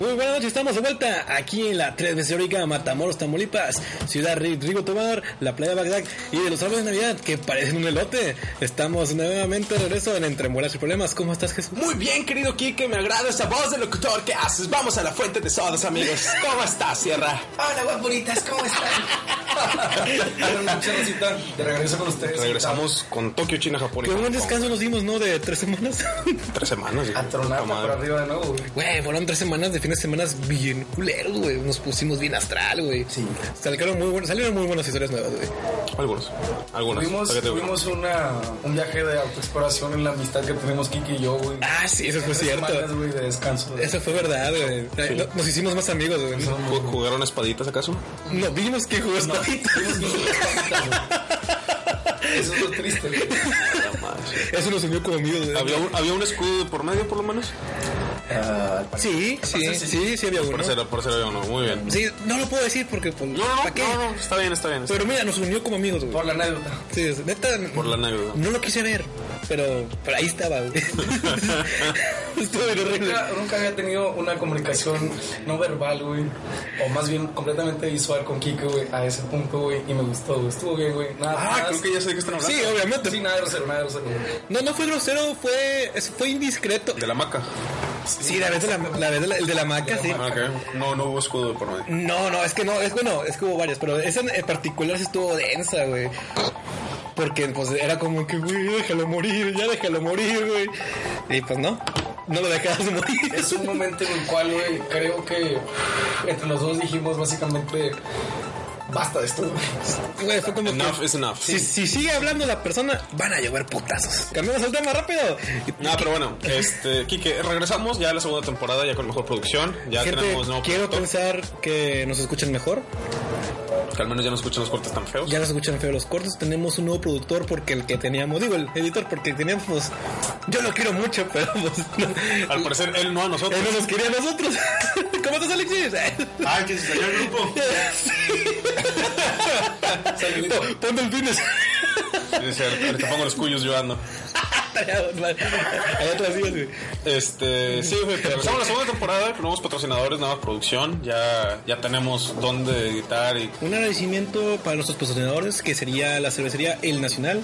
Muy buenas noches, estamos de vuelta aquí en la 3 veces heroica Matamoros, Tamaulipas, Ciudad Rigo Tomar, la playa Bagdad y de los árboles de Navidad que parecen un elote. Estamos nuevamente de regreso en Entre Muelas y Problemas. ¿Cómo estás, Jesús? Muy bien, querido Kike, me agrada esa voz de locutor que haces. Vamos a la fuente de sodas, amigos. ¿Cómo estás, Sierra? Hola, guapuritas, ¿cómo están? Te regreso con ustedes. Regresamos con Tokio, China, Japón y Qué Hong buen Kong. descanso nos dimos, ¿no? De tres semanas. Tres semanas. hijo. A Puta tronar por madre. arriba de nuevo, güey. Güey, fueron tres semanas de fines de semana bien culeros, güey. Nos pusimos bien astral, güey. Sí. Salieron muy, buenas, salieron muy buenas historias nuevas, güey. Algunos. Algunos. Tuvimos, Hasta que te- tuvimos una, un viaje de autoexploración en la amistad que tenemos Kike y yo, güey. Ah, sí, eso fue Tres semanas, cierto. güey, de descanso. güey. Eso fue verdad, güey. Ay, no, Nos hicimos más amigos, güey. ¿Ju- ¿Jugaron espaditas acaso? No, vimos que jugó espaditas. Eso es lo triste, güey. Eso nos unió como amigos, güey. ¿Había un, había un escudo de por medio, por lo menos? Ah. Sí, sí, sí, sí había uno. Pues Por ser, por ser había uno. Muy bien. Sí, no lo puedo decir porque pues, No, no, ¿pa' qué? no, no, está bien, está bien. está Pero mira, nos unió como amigos, güey. Por la anécdota. Sí, es- neta, bien. Por la anécdota. no lo quise ver, pero, pero ahí estaba, güey. Estuvo bien horrible. Nunca, nunca había tenido una comunicación no verbal, güey. O más bien completamente visual con Kike, güey. A ese punto, güey. Y me gustó, güey. Estuvo bien, güey. Nada Ah, más. creo que ya sé de qué están hablando. Sí, obviamente. Sí, nada de grosero, nada de grosero. güey. No, no fue grosero, fue, es- fue indiscreto. De la maca. Sí, la vez de la, la vez de la- el de la maca, sí. Ah, ok. No, no hubo escudo de por medio. No, no, es que no, es bueno, es que hubo varias, pero esa en particular sí estuvo densa, güey. Porque pues era como que, güey, déjalo morir, ya déjalo morir, güey. Y pues no, no lo dejabas morir. Es un momento en el cual, güey, creo que entre los dos dijimos básicamente: basta de esto, güey. Güey, fue como que- Enough is enough. Si, si sigue hablando la persona, van a llover putazos. Cambiamos el tema rápido. No, pero bueno, este, Quique, regresamos ya a la segunda temporada, ya con mejor producción. Ya Gente, tenemos nuevo quiero productor, pensar que nos escuchan mejor. que al menos ya no escuchan los cortes tan feos. Ya nos escuchan feo los cortos. Tenemos un nuevo productor porque el que teníamos, digo, el editor porque el que teníamos, pues, yo lo quiero mucho, pero pues, no. Al parecer, él no a nosotros. Él no nos quería a nosotros. ¿Cómo estás, Alexis? Ah, que se salió el grupo. Pon- Ponte el fitness. Sí, sí, ahorita pongo los cuyos yo ando. Ahí atrás, sí, güey. Este, sí, güey, pero regresamos a la segunda temporada con nuevos patrocinadores, nueva producción. Ya, ya tenemos dónde editar y Un agradecimiento para nuestros patrocinadores, que sería la cervecería El Nacional,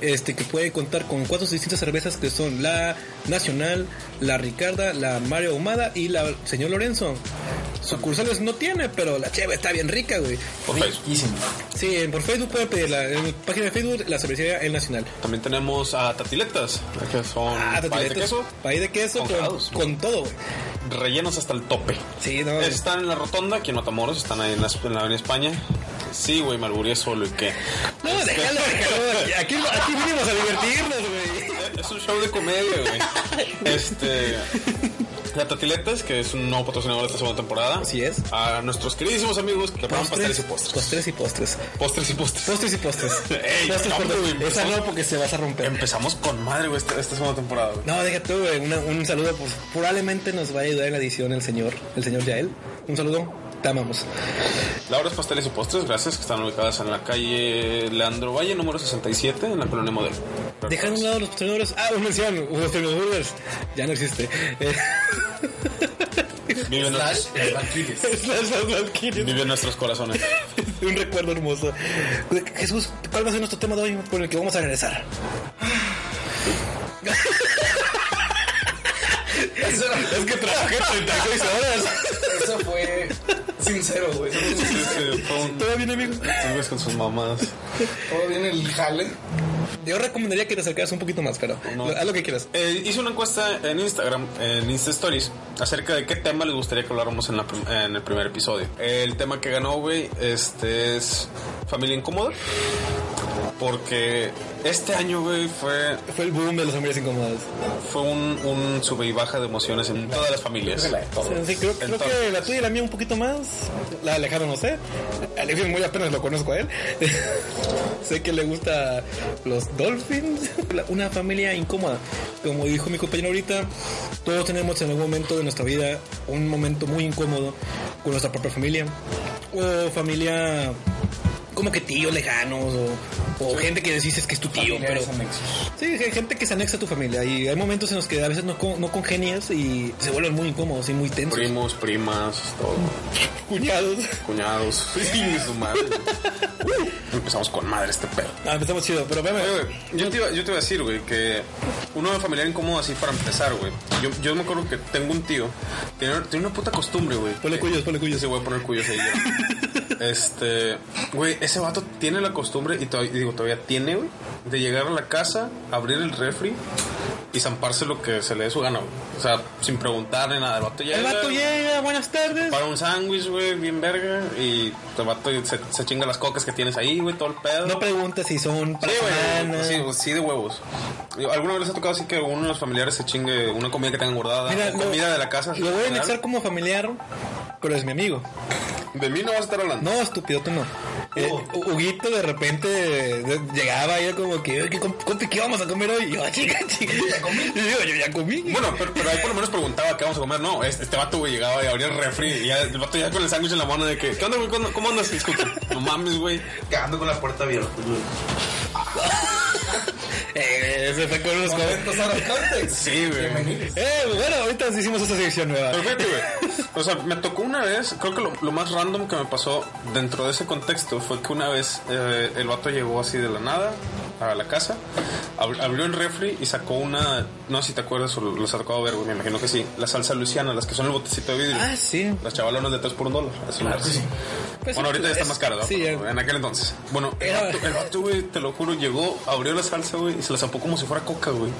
este que puede contar con cuatro distintas cervezas que son la Nacional, la Ricarda, la Mario Ahumada y la Señor Lorenzo. Sucursales no tiene, pero la cheve está bien rica, güey. por Facebook. Riquísimo. Sí, en- por Facebook pueden pedirla. En mi página de Facebook, la cervecería El Nacional. También tenemos a Tatiletas, que son Ah, país de tortiletas, queso, País de queso con, Congelados. con todo, güey. rellenos hasta el tope. Sí, no. Están en la rotonda, aquí en Matamoros, están ahí en la, en la Avenida España. Sí, güey, me albureé solo y qué. Eh, No, déjalo, déjalo. Aquí, aquí vinimos a divertirnos, güey. Es un show de comedia, güey. Este. La Tatiletas, que es un nuevo patrocinador de esta segunda temporada. Así es. A nuestros queridísimos amigos que preparan pasteles y postres. Postres y postres. Postres y postres. Postres y postres. Ey, postres no, por güey, dos. Esa empezó- Em- no porque se vas a romper. Empezamos con madre, güey, esta, esta segunda temporada, güey. No, deja tú, güey. una- un saludo. Pues, probablemente nos va a ayudar en la edición el señor, el señor Yael. Un saludo. Te amamos. Laura's Pasteles y Postres, gracias, que están ubicadas en la calle Leandro Valle, número 67, en la colonia Modelo. Dejan a un lado los patrocinadores. Ah, una mención. Los patrocinadores. Ya no existe. Eh, Vive en, Slash, nuestros, el Valkyries. es las- las Valkyries. vive en nuestros corazones. un recuerdo hermoso. Güey, Jesús, ¿cuál va a ser nuestro tema de hoy por el que vamos a regresar? Eso, Es que trabajé 36 horas. eso fue sincero, güey. Eso fue Sí, sincero. sí, fue un- Todo bien, amigo. estos güeyes con sus mamadas. Todo bien el jale. Yo recomendaría que te acercaras un poquito más, pero No. lo- haz lo que quieras. Eh, hice una encuesta en Instagram, en Insta Stories, acerca de qué tema les gustaría que habláramos en, la prim- en el primer episodio. El tema que ganó, güey, este es familia incómoda. Porque este año, güey, fue, Fue el boom de los hombres incómodos. fue un, un sube y baja de emociones en todas las familias. Sí, creo, creo que Entonces- la tuya y la mía un poquito más. La de Alejandro no sé. Alexis muy apenas lo conozco a él. sé que le gusta los Dolphins. La- Una familia incómoda. Como dijo mi compañero ahorita, todos tenemos en algún momento de nuestra vida un momento muy incómodo con nuestra propia familia. O familia como que tíos lejanos o, o gente que dices que es tu tío, pero... Familiares anexos. Sí, hay gente que se anexa a tu familia y hay momentos en los que a veces no, con- no congenias y se vuelven muy incómodos y muy tensos. Primos, primas, todo. Cuñados. Cuñados. Sí, su madre. Empezamos con madre este pedo. Ah, empezamos chido, pero Oye, espérame. güey, yo te, iba, yo te iba a decir, güey, que uno de familiar incómodo así para empezar, güey. Yo, yo me acuerdo que tengo un tío, tiene, tiene una puta costumbre, güey. Ponle que- cuyos, ponle Yo cuyos. se voy a poner cuyos ahí. güey. Este, güey, ese vato tiene la costumbre, y todavía, digo, todavía tiene, güey, de llegar a la casa, abrir el refri y zamparse lo que se le dé su gana, güey. O sea, sin preguntar ni nada. El vato llega, El vato llega, buenas tardes. para un sándwich, güey, bien verga, y el vato se, se chinga las cocas que tienes ahí, güey, todo el pedo. No pregunta si son Sí, güey, pues panas. sí, güey, sí, de huevos. ¿Alguna vez les ha tocado así que uno de los familiares se chingue una comida que tengan guardada? Mira, o lo- comida de la casa. Lo voy a en anexar general? como familiar, pero es mi amigo. De mí no vas a estar hablando. No, estúpido, tú no. Eh, Oh. Hu- Huguito de repente de- llegaba y era como que, "Oye, ¿qué, com- compi, ¿qué vamos a comer hoy? Y yo, "Ah, chica, chica, ya comí. Y yo, yo ya comí. Bueno, pero, pero ahí por lo menos preguntaba qué vamos a comer. No, este, este vato, güey, llegaba y abría el refri. Y ya, el vato ya con el sándwich en la mano de que, ¿qué onda, güey? ¿Cómo- ¿Cómo andas? Disculpe. No mames, güey. Cagando con la puerta abierta, güey. Eh, se fue con los jóvenes. Contentos ahora, Context. Sí, güey. Bienvenidos. Eh, bueno, ahorita sí hicimos esa sección nueva. Pero fíjate, güey. O sea, me tocó una vez, creo que lo, lo más random que me pasó dentro de ese contexto fue que una vez eh, el vato llegó así de la nada a la casa, ab- abrió el refri y sacó una, no sé si te acuerdas o los ha tocado ver, güey, me imagino que sí, la salsa luciana, las que son el botecito de vidrio. Ah, sí. Las chavalonas de 3 por un dólar. esas madres. Pues, bueno, ahorita ya está es- más caro, ¿no? sí, Pero ya. en aquel entonces. Bueno, el Era- vato, el vato, güey, te lo juro, llegó, abrió la salsa, güey, y se la zapó como si fuera coca, güey.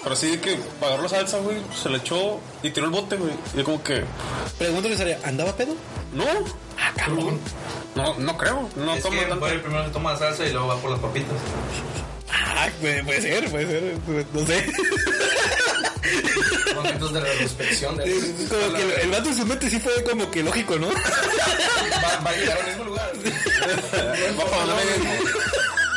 Pero así de que agarró la salsa, güey, se la echó y tiró el bote, güey. Y yo como que, Pregúntale, Saria, ¿andaba pedo? no, Ah, no, no creo, no es tomo que tanto. fue el primero que toma salsa y luego va por las papitas. Ah, puede, puede ser, puede ser. pues, No sé. Momentos de retrospección. De... Es Como que el, el vato en su mente sí fue como que lógico, ¿no? Va, va a llegar al mismo lugar. Va para donde mismo.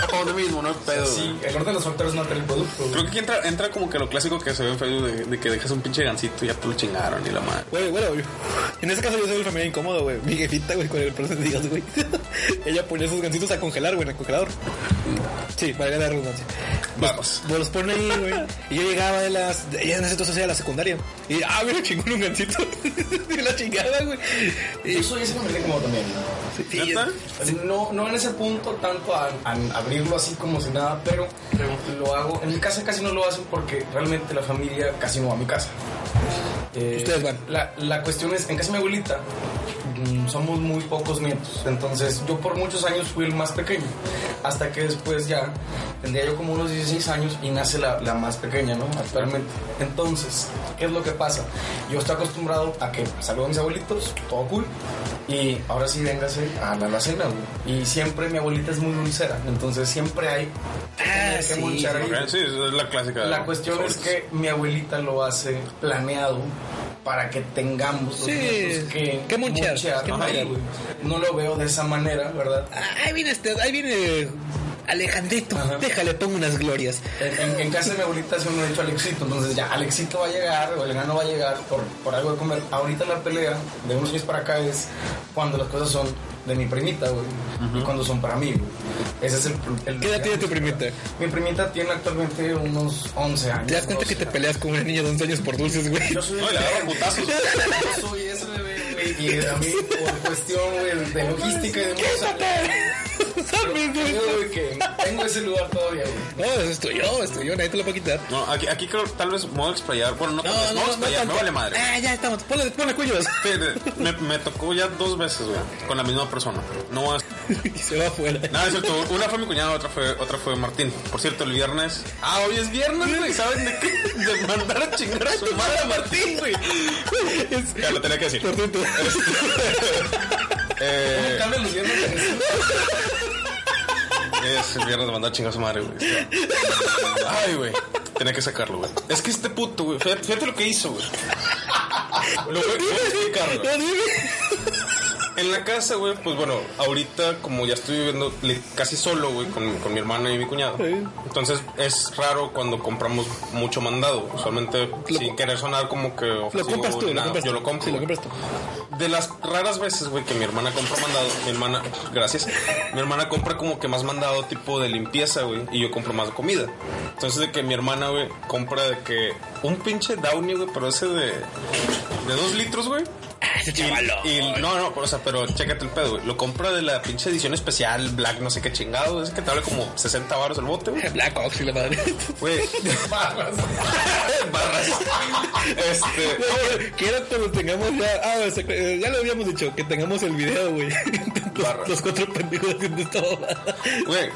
Va para donde mismo, no hay pedo. Sí, güey. el orden de los factores no altera el producto. güey. Creo que aquí entra, entra como que lo clásico que se ve en Facebook de, de que dejas un pinche gancito y ya te lo chingaron y la madre. Güey, bueno, yo- en ese caso yo soy el familiar incómodo, güey. Mi jefita, güey, con el proceso de Dios, güey. Ella ponía esos gancitos a congelar, güey, en el congelador. Sí, para ganar redundancia. Vamos. Pues los pone ahí, güey. Y yo llegaba de las. Ella en ese entonces era la secundaria. Y, ah, mira, chingón un gancito. y la chingada, güey. Y, Yo soy ese familia como también. sí, ¿Neta? No, no en ese punto tanto a, a abrirlo así como si nada, pero lo hago. En mi casa casi no lo hacen porque realmente la familia casi no va a mi casa. Eh, Ustedes van. La, la cuestión es, en casa de mi abuelita mm, somos muy pocos nietos, entonces yo por muchos años fui el más pequeño, hasta que después ya tendría yo como unos 16 años y nace la, la más pequeña, ¿no? Actualmente. Entonces, ¿qué es lo que pasa? Yo estoy acostumbrado a que saludo a mis abuelitos, todo cool, y ahora sí véngase a la alacena, güey. Y siempre mi abuelita es muy dulcera, entonces siempre hay... Ah, que sí. molchar ahí. Ok, Sí, esa es la clásica. La cuestión es que mi abuelita lo hace planeado para que tengamos los Sí, nietos que, que munchear, que ajá, munchear. güey. No lo veo de esa manera, ¿verdad? Ah, Ahí viene este, ahí viene Alejandrito. Ajá. Déjale, pongo unas glorias. En, en casa de mi abuelita se me ha hecho Alexito, entonces ya Alexito va a llegar o el enano va a llegar por, por algo de comer. Ahorita la pelea de unos años para acá es cuando las cosas son de mi primita, güey, y cuando son para mí, güey. Ese es el, el- ¿Qué edad tiene tu primita? Mi primita tiene actualmente unos 11 años. ¿Te das cuenta que 12 te peleas con una niña de 11 años por dulces, güey? Yo soy No, y le agarra putazos. Yo soy ese bebé, güey. Y a mí, por cuestión, güey, de logística y de muchas ¡Sabes, güey! que tengo ese lugar todavía, güey. No, eso es tuyo, es tuyo, nadie te lo puede quitar. No, aquí, aquí creo que tal vez me voy a explayar. Bueno, no, tal vez, me voy a explayar, tanto. Pues me vale madre. Ah, ya estamos. Ponle, ponle cuellos. Fíjate, Me, me tocó ya dos veces, güey, con la misma persona. No más. y se va afuera. Nada, es cierto. Una fue mi cuñada, otra fue, otra fue Martín. Por cierto, el viernes. Ah, hoy es viernes, güey. ¿Saben de qué? De mandar a chingar a su madre a Martín, güey. Es- Ya lo tenía que decir. Lo siento. Eh, Cambia los viernes en eso. es el viernes de mandar a chingar a su madre, güey. Ay, güey. Tenía que sacarlo, güey. Es que este puto, güey. Fíjate, fíjate lo que hizo, güey. Lo voy, voy a explicar, güey. No, dime. en la casa, güey, pues bueno, ahorita como ya estoy viviendo li- casi solo, güey, con, con mi hermana y mi cuñado. Sí. Entonces es raro cuando compramos mucho mandado. Usualmente sin querer sonar como que Lo ofensivo compras tú, ni lo nada, compras yo tú. lo compro. Sí, lo güey. compras tú. De las raras veces, güey, que mi hermana compra mandado, mi hermana, gracias, mi hermana compra como que más mandado tipo de limpieza, güey, y yo compro más comida. Entonces, de que mi hermana, güey, compra de que un pinche Downy, güey, pero ese de, de dos litros, güey. Ah, Ese Y, y- no, no, pero, o sea, pero chécate el pedo, güey. Lo compra de la pinche edición especial, Black, no sé qué chingado, es que te vale como 60 baros el bote, güey. Black Ops y la madre. Güey, barras. barras. Este. Quiero cuando tengamos ya. Ah, o sea, eh, ya lo habíamos dicho, que tengamos el video, güey. Barra. los, los cuatro pendejos haciendo esta bobada. Güey,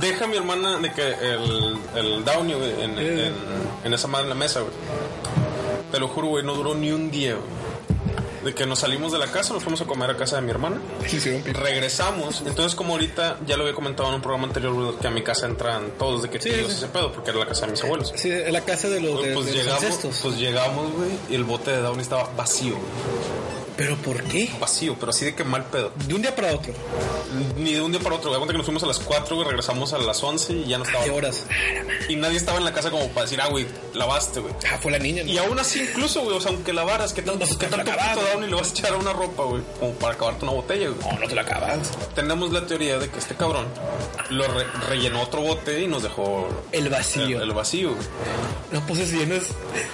deja a mi hermana de que el, el Downy, güey, en, en- en esa madre en la mesa, güey. Te lo juro, güey, no duró ni un día, güey. De que nos salimos de la casa, nos fuimos a comer a casa de mi hermana. Se hicieron Y pi- regresamos. Entonces, como ahorita ya lo había comentado en un programa anterior, güey, que a mi casa entran todos de que Sí, tíos sí. ese pedo, porque era la casa de mis abuelos. Sí, en la casa de los, Güey, de, pues, de los llegamos, ancestros. pues llegamos, güey, y el bote de Downy estaba vacío, güey. ¿Pero por qué? vacío, pero así de que mal pedo. De un día para otro. Ni de un día para otro, güey. Aguanta que nos fuimos a las 4, güey, regresamos a las 11 y ya no estaba. ¿Qué horas? Y nadie estaba en la casa como para decir, ah, güey, lavaste, güey. Ah, fue la niña, ¿no? Y aún así, incluso, güey, o sea, aunque lavaras, ¿qué tanto, No, no, qué no te la tanto acabas, puto güey. down y le vas a echar a una ropa, güey? Como para acabarte una botella, güey. No, no te la acabas. Tenemos la teoría de que este cabrón lo re- rellenó otro bote y nos dejó El el, vacío. el vacío, güey. No, pues es viernes.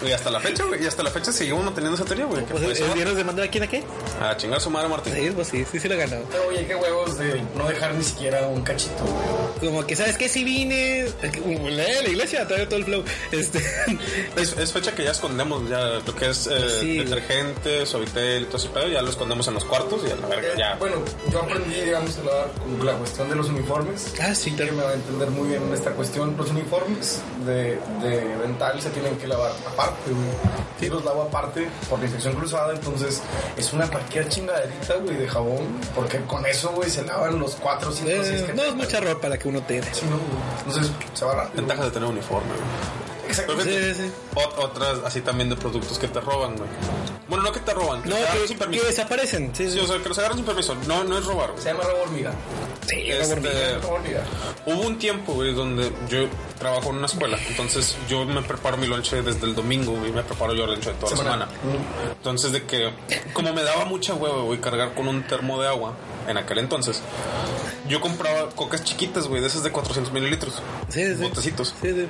Y hasta la fecha, güey, y hasta la fecha seguimos manteniendo esa teoría, güey. que Pues fue es, esa es madre. viernes de mandar a quién a qué. A chingar a su madre, Martín. Sí, pues sí, sí, sí lo he ganado. Pero oye, qué huevos de no dejar ni siquiera un cachito, güey. Como que, ¿sabes qué? Si vine. Como La la iglesia trae todo el flow. Este. Es, es fecha que ya escondemos ya lo que es eh, Pues Sí, güey. detergente, suavitel y todo ese pedo. Ya lo escondemos en los cuartos y a la verga, Eh, Pues ya. Bueno, yo aprendí, digamos, la, con la cuestión de los uniformes. Ah, sí, Que me va a entender muy bien esta cuestión. Los uniformes de, de dental se tienen que lavar aparte, güey. Yo los lavo aparte por la infección cruzada, entonces es una cualquier chingaderita, güey, de jabón. Porque con eso, güey, se lavan los cuatro, cinco, Eh, seis que no es tengan. mucha ropa la que uno tiene. Sí, no, güey. Entonces se va rápido. Ventajas de tener uniforme, güey. güey. Exacto. Pero fíjate, Sí, sí. ot- otras así también de productos que te roban, güey. Bueno, no que te roban, No, que te agarran que, sin que permiso. desaparecen. Sí, Sí, sí. o sea, que los agarran sin permiso. No, no es robar, güey. Se llama robo hormiga. Sí, Este, por mí. Robo hormiga. Hubo un tiempo, güey, donde yo trabajo en una escuela. Entonces yo me preparo mi lonche desde el domingo, güey. Me preparo yo el lonche de toda la Semana. semana. Entonces, de que, como me daba mucha hueva, güey, cargar con un termo de agua en aquel entonces, yo compraba cocas chiquitas, güey, de esas de 400 mililitros. Sí, sí, sí. Botecitos. Sí, sí.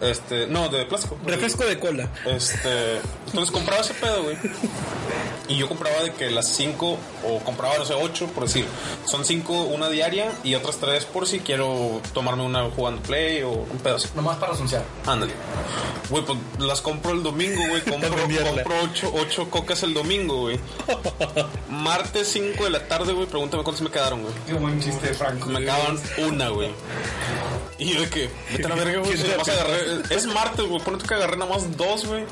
Este, no, de plástico. Refresco de cola. Este, entonces compraba ese pedo, güey. Y yo compraba de que las 5 o compraba, no sé, 8, por decir. Son 5 una diaria y otras 3 por si quiero tomarme una jugando play o un pedo así. Nomás para anunciar. Ándale. Güey, pues las compro el domingo, güey. Compro, Para venderla. compro 8, cocas el domingo, güey. Martes 5 de la tarde, güey. Pregúntame cuántas me quedaron, güey. Qué buen chiste, Franco. Me acaban una, güey. Y yo de que, vete a la verga, güey. si nomás agarré- Es martes, güey. Ponete que agarré nada más dos, güey.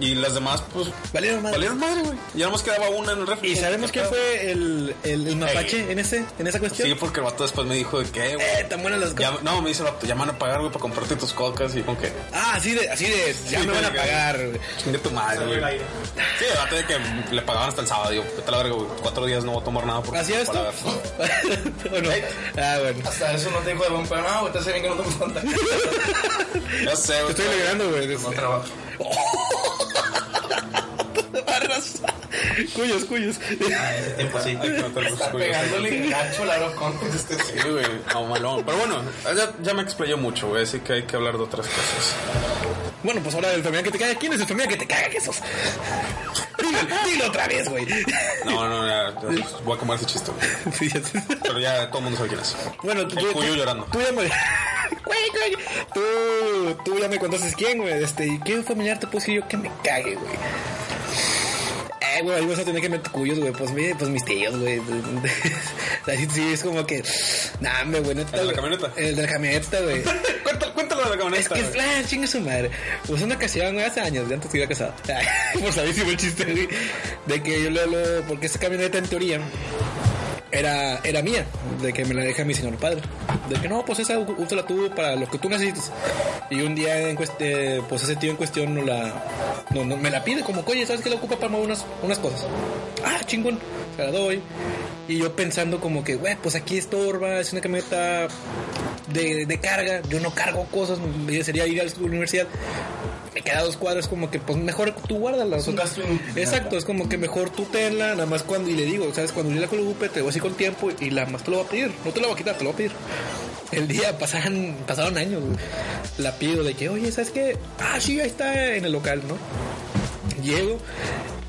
Y las demás, pues. Valieron madre. Valieron madre, güey. Y nada más quedaba una en el refri. ¿Y sabemos quién fue el, el, el Eh, mapache en, ese, en esa cuestión? Sí, porque el vato después me dijo de que, güey. Eh, tan buenas las ya- cosas. no, me dice el vato, ya me van a pagar, güey, para comprarte tus cocas. Y con que, Ah, así de, así de, ya Sí, me van a verga. pagar. güey. chingue tu madre, güey. Sí, el vato de que le pagaban hasta el sábado. Yo, vete a la verga, güey. Cuatro días no voy a tomar nada. Porque ¿Hacía esto? para ver". Eh. ¿O no? Ah, bueno. Hasta eso no te dijo de buen plan. Ah, güey, te hace bien que no tomes tanta. Ya sé, Te güey. estoy alegrando, güey. No trabajo. Barras. Cuyos, cuyos. Ese tiempo sí. Ay, no, te- Está pegándole gacho la Este, Oro Contest. Sí, güey, no, malón. Pero bueno, ya, ya me explayó mucho, güey, así que hay que hablar de otras cosas. Bueno, pues ahora la enfermedad que te caga. ¿Quién es la enfermedad que te caga, Jesús? Dilo, dilo otra vez, güey. No, no, ya, ya, voy a comer ese chiste, güey. Sí, ya sé. Pero ya todo el mundo sabe quién es. Bueno, tú, El tú- cuyo llorando. Tú ya me. Güey, güey. Tú, tú ya me contaste quién, güey. Este, ¿y qué familiar te puse yo que me cague, güey? Eh, güey, ahí vas a tener que meter cuyos, güey. Pues, mi- pues mis tíos, güey. Así sí, es como que. Nah, hombre, güey, neta, ¿El de la güey. camioneta? El de la camioneta, güey. Cuéntalo, cuéntalo de la Es camioneta. que, güey. ah, chingue su madre. Pues una ocasión, güey, hace años, de antes que iba casado. Por sabísimo el chiste, güey. De que yo le hablo, porque esa camioneta en teoría era, era mía, de que me la deja mi señor padre. de que no, pues esa ú- úsala tú para lo que tú necesites. Y un día, en cuest- eh, pues ese tío en cuestión no la, no, no- me la pide como, oye, ¿sabes qué la ocupa para mover unas, unas cosas? Ah, chingón, se la doy. Y yo pensando como que, güey, pues aquí estorba, es una camioneta de, de carga, yo no cargo cosas, me- sería ir a la universidad. Me queda dos cuadros como que, pues mejor tú guárdalas. Es un gasto inútil. Exacto, es como que mejor tú tenla, nada más cuando, y le digo, ¿sabes? Cuando yo la colupe te voy así con tiempo y la más te lo va a pedir, no te la voy a quitar, te lo va a pedir. El día pasaron, pasaron años, güey. la pido de que, oye, ¿sabes qué? Ah, sí, ahí está en el local, ¿no? Llego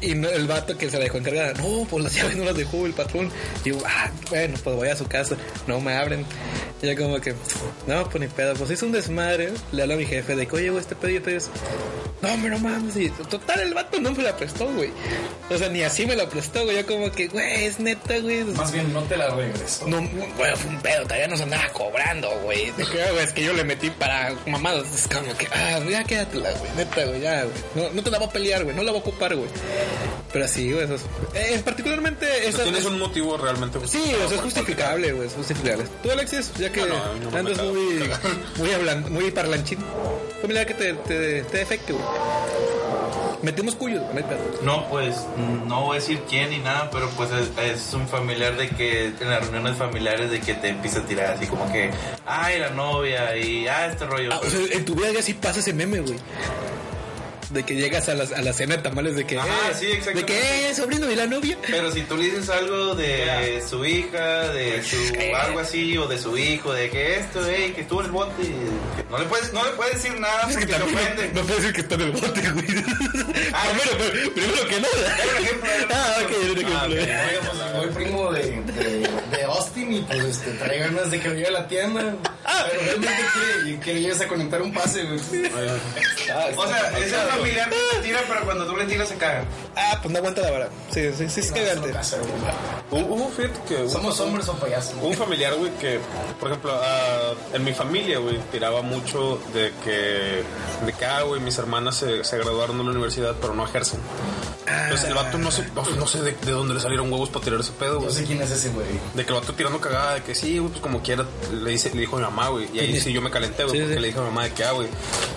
y no- el vato que se la dejó encargada, no, pues las llaves no las dejó el patrón. Y yo, ah, bueno, pues voy a su casa, no me abren. Y yo como que, no, pues ni pedo, pues hice un desmadre. Le hablo a mi jefe de que, oye, güey, este pedido, pedido. es- No, hombre, no mames. Y total, el vato no me la prestó, güey. O sea, ni así me la prestó, güey. Yo como que, güey, es neta, güey. Más bien, no te la regreso. No, bueno, fue un pedo, todavía nos andaba cobrando, güey. De que, güey, Es que yo le metí para mamadas. Es como que, ah, ya quédatela, güey. Neta, güey, ya, güey. No, no te la voy a pelear, güey. No la voy a ocupar, güey. Pero sí, güey, eso es. eh, particularmente, O sea, esa. tienes es- un motivo realmente Sí, o sea, es justificable, güey, es justificable. Tú, Alexis, ya que No, no, a mí no me andas cago, muy, me cago. muy, hablan- muy parlanchín, familiar que te, te, te defecte, güey. Metemos cuyos, güey, no hay pedo. No, pues mm, no voy a decir quién ni nada, pero pues es, es un familiar de que en las reuniones familiares de que te empieza a tirar así como que, ay, la novia y, ah, este rollo. Ah, o sea, en tu vida ya sí pasa ese meme, güey. De que llegas a la, a la cena de tamales de que. Ajá, eh, sí, De exactamente. que, eh, sobrino y la novia. Pero si tú le dices algo de su hija, de su algo así, o de su hijo, de que esto, ey, que estuvo en el bote, no le puedes, no le puedes decir nada porque te También ofende. no, no puede decir que está en el bote, güey. Ah, primero, primero que nada. Era un ejemplo, era un Ah, ok, era un ejemplo. Ah, ejemplo. ok. Oiga, pues soy primo de, de, de Austin y pues este, trae ganas de que viva la tienda. Ah. Pero realmente quiere que le llegues a conectar un pase, güey. O sea, es el familiar que te tira, pero cuando tú le tiras se caga. Ah, pues no aguanta la vara. Sí, sí, sí, es cagante. Hubo hubo, fíjate que hubo- Somos hombres o payasos. Hubo un familiar, güey, que, por ejemplo, ah, en mi familia, güey, tiraba mucho de que, de que, ah, güey, mis hermanas se, se graduaron de la universidad, pero no ejercen. Entonces el vato no sé, no, no sé de, de dónde le salieron huevos para tirar ese pedo, No güey. sé quién es ese güey. De que el vato tirando cagada, de que sí, güey, pues como quiera, le, dice, le dijo a mi mamá, güey. Y ahí sí yo me calenté, güey, Sí, porque sí. le dije a mi mamá de que, ah, güey,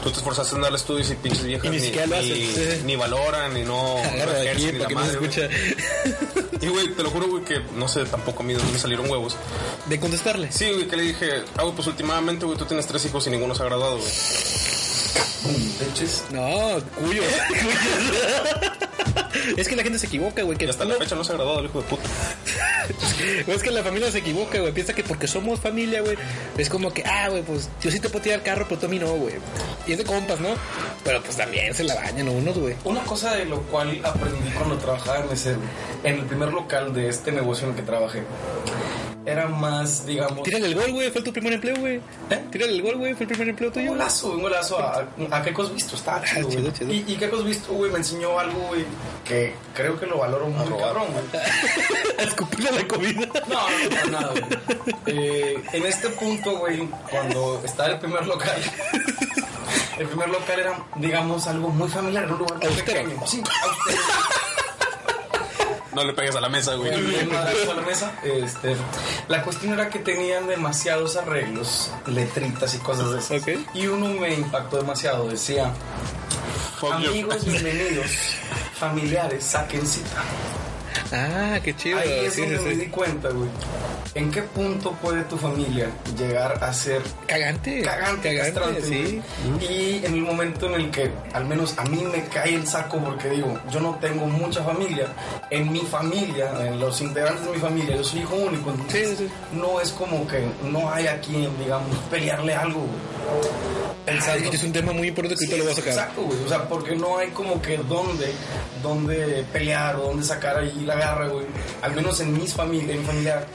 tú te esforzaste en dar estudios y pinches viejas Y ni siquiera lo ni, hacen, sí, sí. ni valoran, ni no, no Agarra de aquí ejercen, para que no se ni la madre, güey. escucha. Y, güey, te lo juro, güey, que no sé tampoco a mí de dónde salieron huevos. De contestarle. Sí, güey, que le dije, ah, güey, pues últimamente, güey, tú tienes tres hijos y ninguno se ha graduado, güey. Leches. No, cuyo. es que la gente se equivoca, güey. Que Y hasta tú la no- fecha no se ha graduado el hijo de puta. Güey, Pues Es que la familia se equivoca, güey. Piensa que porque somos familia, güey, es como que, ah, güey, pues yo sí te puedo tirar carro, pero tú a mí no, güey. Y es de compas, ¿no? Pero pues también se la bañan unos, güey. Una cosa de lo cual aprendí cuando trabajaba en mesero, en el primer local de este negocio en el que trabajé, era más, digamos, Tírale el gol, güey. Fue tu primer empleo, güey. ¿Eh? Tírale el gol, güey. Fue el primer empleo un tuyo. Ah, golazo, un golazo a, a Kekos Visto, estaba chido, güey. Chido, chido. Y, y Kekos Visto, güey, me enseñó algo, güey, que creo que lo valoro muy robar. cabrón, güey. A escupirle la comida. No, no, para nada, güey. Eh, en este punto, güey, cuando estaba el primer local, el primer local era, digamos, algo muy familiar, era un lugar muy Austero. pequeño. Sí, austero. No le pegues a la mesa, güey. El tema de la mesa, este, la cuestión era que tenían demasiados arreglos, letritas y cosas de esas. Ok. Y uno me impactó demasiado. Decía, Fuck you. amigos, bienvenidos, familiares, saquen cita. Ah, qué chido. Ahí es sí, donde sí, me sí. di cuenta, güey. ¿En qué punto puede tu familia llegar a ser Cagante. cagante, Cagante, castrante, sí. güey. Y en el momento en el que, al menos a mí me cae el saco porque digo, yo no tengo mucha familia. En mi familia, en los integrantes de mi familia, yo soy hijo único. Entonces, Sí, sí. no es como que no hay a quien, digamos, pelearle algo. güey. Ah, es que es un tema muy importante que ahorita lo voy a sacar. Exacto, güey. O sea, porque no hay como que dónde, dónde pelear o dónde sacar ahí la garra, güey. Al menos en mis familia, en mi familiar,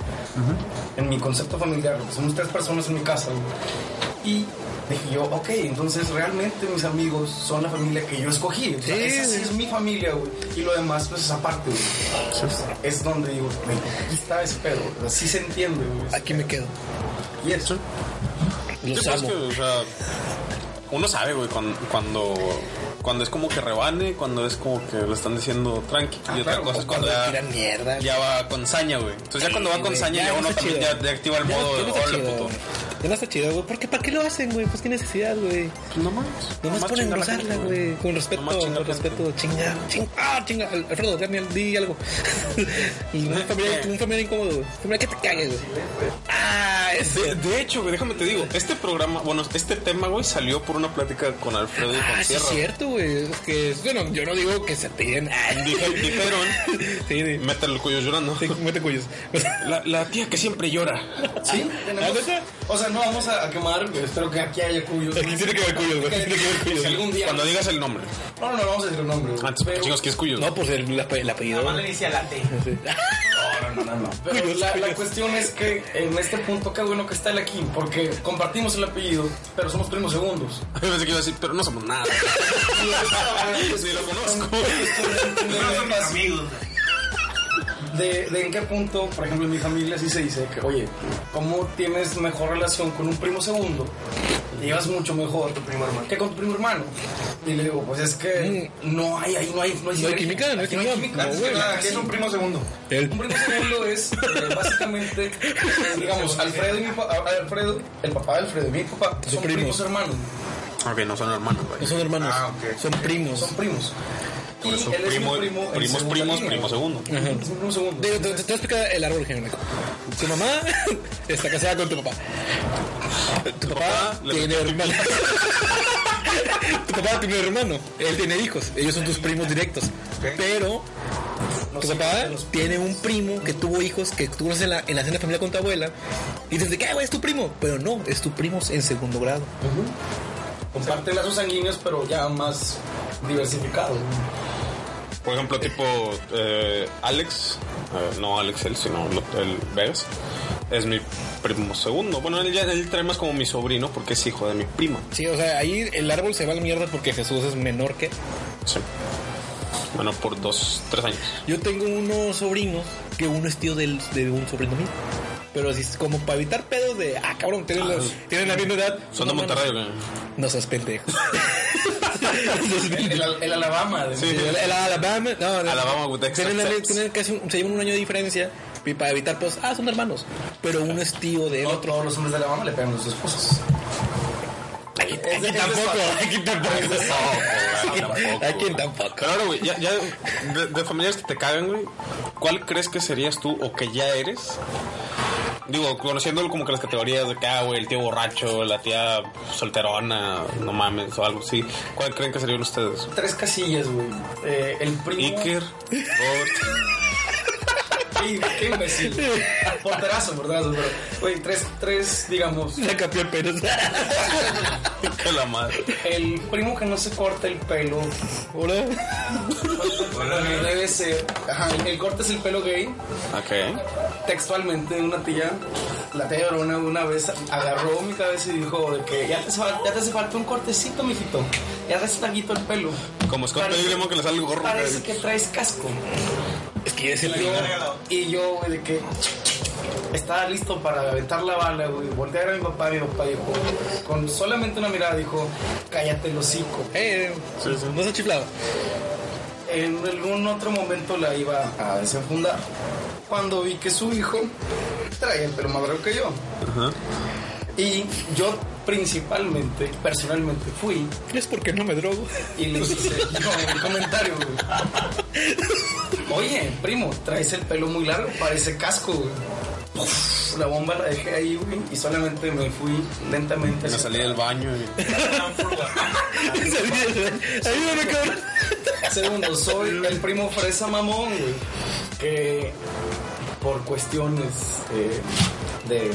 en mi concepto familiar, güey. somos tres personas en mi casa, güey. Y dije yo, ok, entonces realmente mis amigos son la familia que yo escogí. O sea, Sí, esa sí güey. es mi familia, güey. Y lo demás, pues es aparte, güey. Es donde digo, güey, aquí está ese pedo. güey. O sea, sí se entiende, güey. Aquí me quedo. Y eso. Sí, Los pues, amo. que, o sea, uno sabe, güey, cuando, cuando, cuando es como que rebane, cuando es como que le están diciendo tranqui. Ah, y otra claro, cosa es Cuando cuando le ya, tiran mierda. ya va con saña, güey. Entonces ya cuando va Sí, con güey, saña, ya ya no uno está también chido. ya, ya activa el Ya no- modo ya no está "Órale, chido". puto. Ya no está chido, güey. Porque ¿para qué lo hacen, güey? Pues qué necesidad, güey. Pues no más. Nomás más por chingar a la engrosarla, gente, güey. Con respeto, Nomás chingar con gente. respeto. Chinga, chinga. Ah, chinga. Al- Alfredo, dame, al- di algo. un, familiar, un familiar incómodo, güey. Familiar que te cague, güey. Ah, De, ese. de hecho, güey, déjame te digo, este programa, bueno, este tema, güey, salió por una plática con Alfredo y con Ah, sí es Sierra. cierto, güey. Es que, bueno, yo no digo que se piden. Dije, dijeron, Sí, sí. métale el cuello llorando. Sí, mete cuyos. La, la tía que siempre llora. Sí, tenemos. ¿La neta? O sea, Ah, no vamos a, a quemar, güey, espero que aquí haya cuyos. Aquí tiene que ver cuyos, güey. Tiene que ver cuyos. Si algún día. Cuando digas el nombre. No, no, no vamos a decir un nombre. güey. Antes, Pero- chicos, que es cuyo. No, pues el, el apellido. Nada más le dice a la T. No, no, no, no. Pero Cuyos, la, la cuyos. cuestión es que en este punto, qué bueno que está él aquí, porque compartimos el apellido, pero somos primos segundos. Yo pensé que iba a decir, pero no somos nada. Ni lo conozco. No son mis amigos. de, de en qué punto, por ejemplo, en mi familia sí se dice que, oye, ¿cómo tienes mejor relación con un primo segundo? Te llevas mucho mejor tu primo hermano que con tu primo hermano. Y le digo, pues es que no hay, ahí no hay, Mm. no hay, No hay sinergia. química, no hay Aquí química. No, Antes que güey. nada, ¿Qué es un primo segundo? El- Un primo segundo es eh, básicamente, digamos, Alfredo y mi pa- a- Alfredo, el papá de Alfredo y mi papá son primos. primos, hermanos, Ok, no son hermanos, güey. No son hermanos. Ah, ok. Son primos. son primos. Por Y eso, él es mi primo, primo en primos, segunda primos, línea. primo segundo. Es un primo segundo. Digo, te, te- te voy a explicar el árbol genealógico. Tu mamá está casada con tu papá. Tu papá papá le Ah, tiene hermano. Tu papá tiene hermano. Él tiene hijos. Ellos son tus primos directos. Pero tu papá tiene un primo que tuvo hijos que tú conoces en la, en la cena familiar con tu abuela. Y dices, ¿qué, güey? Es tu primo. Pero no, es tu primo en segundo grado. Comparten lazos sanguíneos, pero ya más diversificados. Por ejemplo, tipo eh, Alex, eh, no Alex él, sino lo- el Vegas, es mi primo segundo. Bueno, él, ya, él trae más como mi sobrino porque es hijo de mi prima. Sí, o sea, ahí el árbol se va a la mierda porque Jesús es menor que. Sí. Bueno, por dos, tres años. Yo tengo unos sobrinos que uno es tío del- de un sobrino mío. Pero así es como para evitar pedos de, ah, cabrón, tienen, la, tienen la misma edad. Son de No, Monterrey, güey. mano. No seas pendejo. No seas pendejo. El, el Alabama. de- Sí, el, el Alabama, no, el- Alabama, güey, Texas, tienen, la- Texas. tienen casi un- se llevan un año de diferencia y para evitar pues, ah, son hermanos, pero uno es tío de No otro. todos los hombres de Alabama le pegan a sus esposas. Aquí, aquí es de tampoco, aquí tampoco, No, tampoco. aquí tampoco. Pero ahora, güey, ya, ya de, de familiares que te cagan, güey, ¿cuál crees que serías tú o que ya eres? Digo, conociendo como que las categorías de que, ah, güey, el tío borracho, la tía solterona, no mames, o algo así. ¿Cuál creen que serían ustedes? Tres casillas, güey. Eh, el primo. Iker, Robert. Ey, Qué imbécil. Porterazo, porterazo, pero. Güey, tres, tres, digamos. La capió apenas. que la madre. El primo que no se corta el pelo. Hola. Bueno, debe ser. Ajá, el, el corte es el pelo gay. Ok. Textualmente, una tía, la tía llorona, una vez agarró mi cabeza y dijo: de que ya te, hace fal- ya te hace falta un cortecito, mijito. Ya te hace larguito el pelo. Como Scott Parece- Pilgrim que le sale el gorro. Parece güey. que traes casco. Es que yo es el Y yo- primo. Y yo, güey, de que estaba listo para aventar la bala, güey. Volteé a ver a mi papá y mi papá dijo, con solamente una mirada, dijo, cállate el hocico. Eh, no se ha chiflado. En algún otro momento la iba a desenfundar. Cuando vi que su hijo traía el pelo más largo que yo. Y yo principalmente, personalmente, fui Es porque no me drogo. y le hice yo un comentario, güey. Oye, primo, traes el pelo muy largo, parece casco, güey. Uf, la bomba la dejé ahí, güey, y solamente me fui lentamente. Me hacia salí del baño. güey. Ah, Ayúdame, cabrón. atrás. Segundo, soy el primo fresa mamón, güey. Que por cuestiones eh, de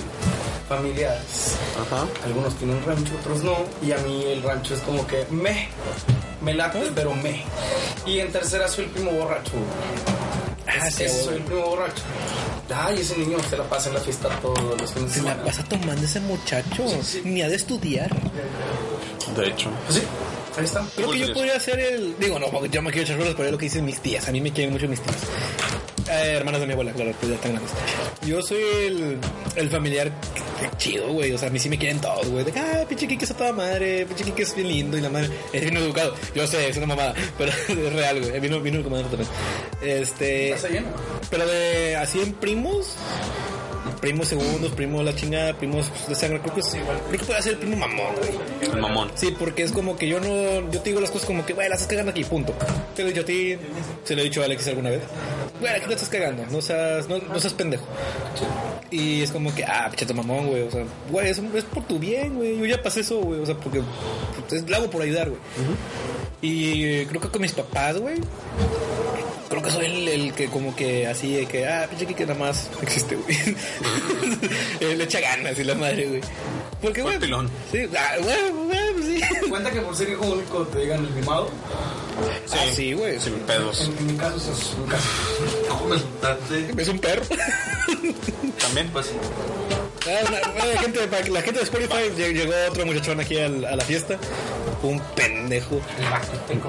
familiares, Ajá. algunos tienen rancho, otros no. Y a mí el rancho es como que me, me late, ¿Eh? pero me. Y en tercera soy el primo borracho, güey. Ah, sí, Ese güey. soy el primo borracho. Ay, ese niño se la pasa en la fiesta todos los fines de Se la semana. pasa tomando ese muchacho. sí. Ni ha de estudiar. De hecho. Pues sí, ahí está. Creo que yo Culturas. podría ser el. Digo, no, porque yo me quiero echar rolas, pero es lo que dicen mis tías. A mí me quieren mucho mis tías. Eh, hermanas de mi abuela, claro, pues ya están grandes. Yo soy el, el familiar que- que chido, güey. O sea, a mí sí me quieren todos, güey. De que, ah, pinche Kike es a toda madre, pinche Kike es bien lindo y la madre es bien educado. Yo sé, es una mamada, pero es real, güey. Vino, vino el comandante también. Este. Está lleno. Pero de así en primos, primos segundos, primos la chingada, primos de sangre. Creo que es igual. Creo que puede ser primo mamón, güey. El mamón. Sí, porque es como que yo no. Yo te digo las cosas como que, güey, las estás cagando aquí, punto. Te lo he dicho a ti, se lo he dicho a Alex alguna vez. Güey, aquí la estás cagando, no seas, no, no seas pendejo. Y es como que, ah, chato mamón, güey. O sea, güey, es, es por tu bien, güey. Yo ya pasé eso, güey. O sea, porque pues, es, lo hago por ayudar, güey. Y eh, creo que con mis papás, güey. Creo que soy el, el que como que así, de que, ah, pinche que nada más existe, güey. Eh, Le echa ganas y la madre, güey. Porque, Fue güey. pilón. Sí, ah, güey, güey, pues sí. Cuenta que por ser hijo único te digan el mimado. Ah, sí, güey. Sin pedos. En, en mi caso es eso, en mi caso. ¿Cómo insultarte? Es un perro. También. Pues, Ah, una- bueno, la, gente, para que- la gente de Spotify lleg- llegó otro muchachón aquí al- a la fiesta. Un pendejo.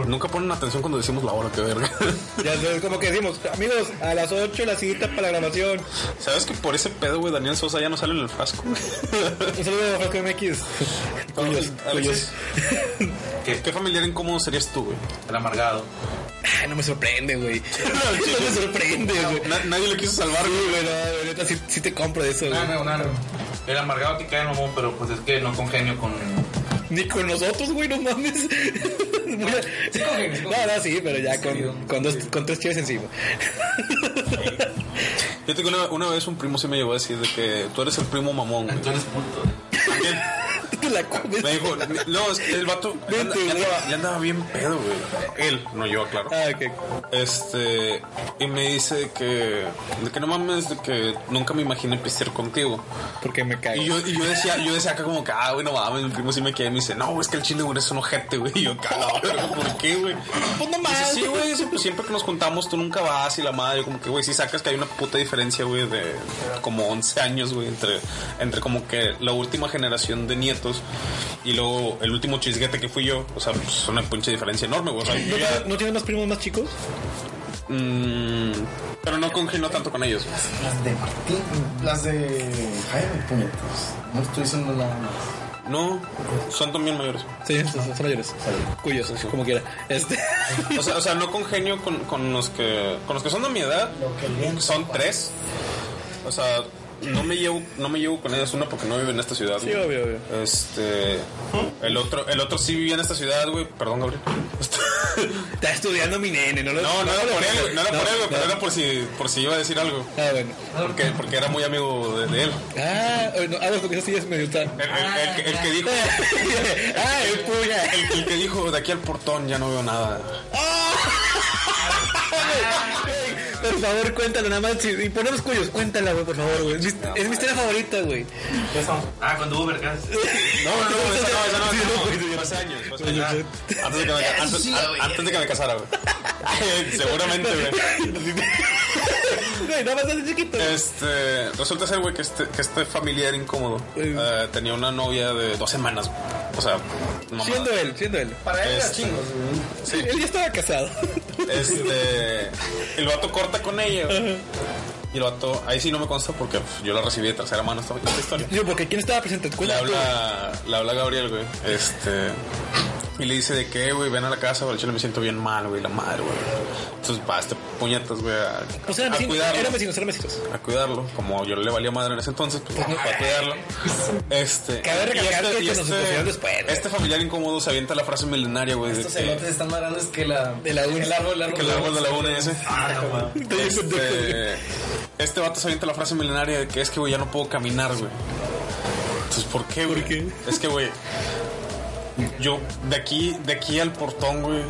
Nunca ponen atención cuando decimos la hora, que verga. Ya sabes, como que decimos, amigos, a las 8 la cita para la grabación. ¿Sabes que por ese pedo, güey, Daniel Sosa ya no sale en el frasco? Un saludo a Franco MX. Cuyos, A cuyos. veces- ¿Qué familiar incómodo serías tú, güey? el amargado. Ah, no me sorprende, güey. No me sorprende, güey. Na- nadie lo quiso salvar, güey. Güey, no, güey, neta, sí, sí te compro de eso, güey. Nada, nada, nada. El amargado que cae en mamón, pero pues es que no congenio con. Ni con nosotros, güey, no mames. Muy a- Sí, con gente, con no, no, sí, pero ya Sí, digo. con, con, dos, con tres chives encima. Yo tengo una, una vez un primo sí me llegó a decir de que tú eres el primo mamón, güey. Tú eres puto. También Te la comes. Me dijo, no, es que el vato ya anda- Vente, ya güey. andaba, ya andaba bien pedo, güey. Él, no yo, claro. Ah, ok. Este, y me dice que, de que no mames, de que nunca me imaginé pistear contigo. Porque me cago. Y yo, y yo decía, yo decía acá como que, ah, güey, no mames, mi primo sí me quiere. Y me dice, no, güey, es que el chile, güey, es un ojete, güey. Y yo, cabrón, ¿por qué, güey? Pues no Y dice, mames. sí, güey, dice, pues siempre que nos juntamos tú nunca vas y la madre, como que, güey, sí sacas que hay una puta diferencia, güey, de como 11 años, güey, entre, entre como que la última generación de nietos y luego el último chisguete que fui yo. O sea, pues una pinche diferencia enorme, güey. O sea, yo ¿No, ya- tiene- ¿No tienes más primos más chicos? Mm, pero no congeno tanto con ellos. Las de Martín, las de Jaime Puñetas. No estoy diciendo nada más. No, son también mayores. Sí, son, son mayores. Cuyos, como quiera. Este. O sea, o sea no congenio con, con los que con los que son de mi edad. Lo que bien Son tres. O sea, no me llevo no me llevo con ellos uno porque no vive en esta ciudad. Sí, güey. obvio, obvio. ¿Mm? Este, el otro el otro sí vivía en esta ciudad, güey. Perdón, Gabriel. Está estudiando mi nene, no lo No, no era por él, güey, no era por él, güey, pero no. era por si por si iba a decir algo. Ah, bueno. Porque, porque era muy amigo de, de él. Ah, eh, no, ah, bueno, porque eso sí es medio tal. El, el- el que- el que dijo ah, el puya. el, el que dijo de aquí al portón ya no veo nada. Por favor, cuéntalo nada más. sí, Y ponemos cuyos, cuéntala, güey, por favor, güey. Es mi- Es mi historia favorita, güey. Ya estamos. Ah, cuando hubo vergas. No, no, no, esa no, esa no, Sí, esa no. no, güey, sí, Fue hace años, fue hace Oye, años. Antes de que me, antes, an- antes de que me casara, güey. Seguramente, güey. Güey, nada más es chiquito. Este, resulta ser, güey, que este, que este familiar incómodo Eh. eh, tenía una novia de dos semanas. güey. O sea, mamada. Siendo él, siendo él. Para él era Este. chingos, güey. Sí. Él ya estaba casado. Este, el vato corta con ella, güey. Y el vato, ahí sí no me consta porque pues, yo la recibí de tercera mano esta, esta historia. Yo, porque ¿quién estaba presente? Le Cuéntalo. tú. habla, le habla Gabriel, güey. Este. Y le dice de qué, güey, ven a la casa, güey, al chile me siento bien mal, güey, la madre, güey. Entonces va este puñetas, güey, a, Pues eran a vecinos, cuidarlo. eran vecinos, eran vecinos. A cuidarlo, como yo le valía madre en ese entonces, pues para cuidarlo. Este. Cabe y recalcar que nos conocieron después, güey. este familiar incómodo se avienta la frase milenaria, güey, de Estos que- celotes están más grandes que la... De la una. El árbol, el árbol. que el árbol de la una ese. Ah, no, güey. Este, este vato se avienta la frase milenaria de que es que, güey, ya no puedo caminar, güey. Entonces, ¿por qué, güey? ¿Por qué? Es que, güey, yo de aquí, de aquí al portón, güey,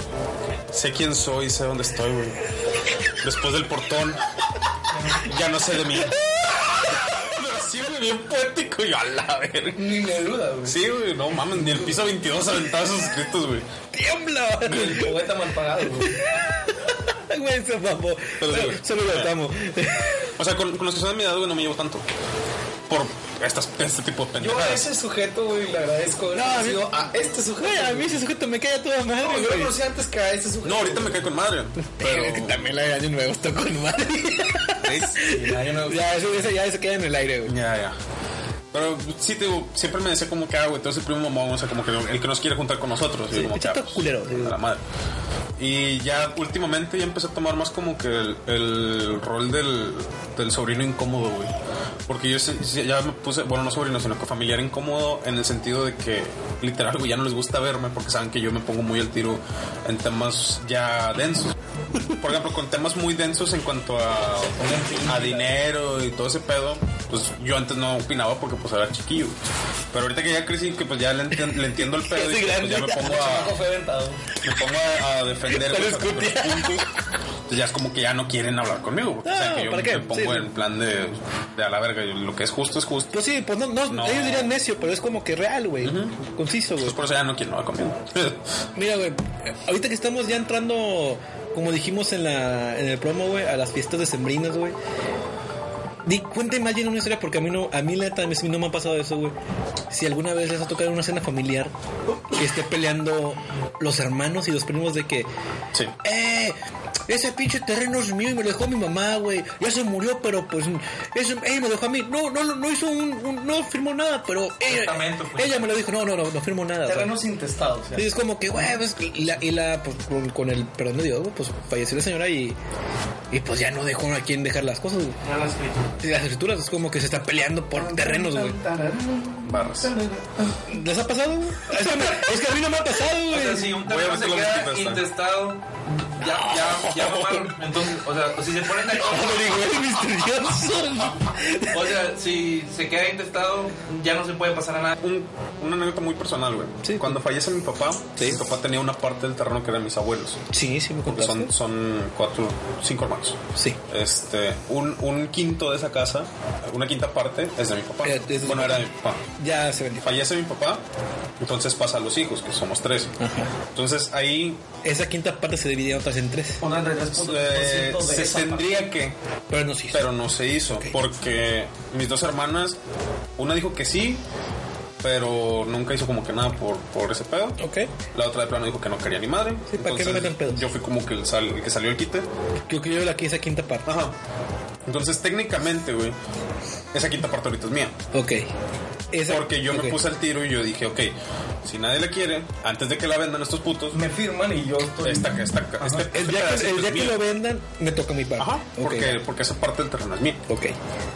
sé quién soy, sé dónde estoy, güey. Después del portón, ya no sé de mí. Sí, güey, bien poético, yo a la verga. Ni me duda, güey. Sí, güey, no mames, ni el piso 22 aventaba esos escritos, güey. ¡Tiembla! El poeta mal pagado, güey. Güey, se mamó. Pero sí, Solo- güey. Solo ah, lo amo. O sea, con, con los que son de mi edad, güey, no me llevo tanto. Por estas, este tipo de Yo pendejadas. a ese sujeto, güey, le agradezco haber No, a mí- conocido a este sujeto. Güey, a mí ese sujeto me cae a toda madre, No, yo güey. lo conocí antes que a ese sujeto. No, ahorita me cae con madre. Pero. Pero que también la de año nuevo está con madre. Ya, yo no- ya, eso, eso ya se queda en el aire, güey. Ya, ya. Pero sí, te digo, siempre me decía como que, ah, güey, tú eres el primo mamón, o sea, como que el que nos quiere juntar con nosotros. Y yo como que, chato ah, pues, culero. A la madre. Y ya últimamente ya empecé a tomar más como que el, el rol del, del sobrino incómodo, güey. Porque yo sí- sí, ya me puse, bueno, no sobrino, sino que familiar incómodo en el sentido de que literal, güey, ya no les gusta verme porque saben que yo me pongo muy al tiro en temas ya densos. Por ejemplo, con temas muy densos en cuanto a, a dinero y todo ese pedo, pues yo antes no opinaba porque pues era chiquillo. Pero ahorita que ya crecí, que pues ya le, enti- le entiendo el pedo, y que, pues, ya me pongo a, Fue aventado. me pongo a, a defender Pero pues, a escupía. los puntos. Entonces ya es como que ya no quieren hablar conmigo. Porque No, saben que yo Ah, ¿para qué? me pongo Sí, sí. en plan de, de a la verga. yo- lo que es justo es justo. Pues sí, pues no, no, No. ellos dirían necio, pero es como que real, güey. Conciso, güey. Entonces por eso ya no quieren hablar conmigo. Mira, güey, ahorita que estamos ya entrando, como dijimos en, la, en el promo, güey, a las fiestas decembrinas, güey. Di, cuéntame más bien una historia porque a mí no, a mí la neta, a mí sí no me ha pasado eso, güey. Si alguna vez les ha tocado una cena familiar que esté peleando los hermanos y los primos de que, sí. eh, ese pinche terreno es mío y me lo dejó mi mamá, güey. Ya se murió, pero pues, eso, eh, me lo dejó a mí. No, no, no, no hizo un, un- no firmó nada, pero ella, Testamento, pues. ella me lo dijo. No, no, no, no firmó nada. güey. Terrenos intestados. ya. Y es como que, güey, pues, y la, y la pues, con, con el perdón de Dios, güey, pues falleció la señora y, y pues ya no dejó a quien dejar las cosas, güey. Ya lo escribí. Y Las escrituras es como que se están peleando Ah, por terrenos, güey. Barras. ¿Les ha pasado? güey? Es que, me- es que a mí no me ha pasado, O güey. sea, si un Voy a terreno ver se si lo queda metí, intestado, ya, ya, ya mamaron. Entonces, o sea, si se ponen de acuerdo, Digo, es misterioso. o sea, si se queda intestado, ya no se puede pasar a nada. Un, una anécdota muy personal, güey. Sí. Cuando fallece mi papá, mi papá tenía una parte del terreno que eran mis abuelos. Sí, sí, me Porque contaste. son, son cuatro, cinco hermanos. Sí. Este, un, un quinto de esa casa, una quinta parte, es de mi papá. Eh, es de tu bueno, papá. era de mi papá. Ya se vendió. Fallece mi papá, entonces pasa a los hijos, que somos tres. Entonces ahí Esa quinta parte se dividía otras en tres, Una de las eh, 3.2% de se esa tendría que, pero no se hizo. pero no se hizo, porque mis dos hermanas, una dijo que sí, pero nunca hizo como que nada por, por ese pedo. Ok. La otra de plano dijo que no quería ni madre. Sí, ¿para qué me Entonces, meten pedos? Yo fui como que el, sal- el que salió el quite. Yo creo que yo aquí esa quinta parte. Ajá. Entonces técnicamente, güey, esa quinta parte ahorita es mía. Ok. Esa- Porque yo ok. me puse al tiro y yo dije, ok, si nadie la quiere, antes de que la vendan estos putos, parte. Me firman y yo estoy. esta, esta, este, este El día, que- pedacito el es día que mío. lo vendan, me toca mi parte. Ajá, Ok. porque, porque esa parte del terreno es mía. Ok.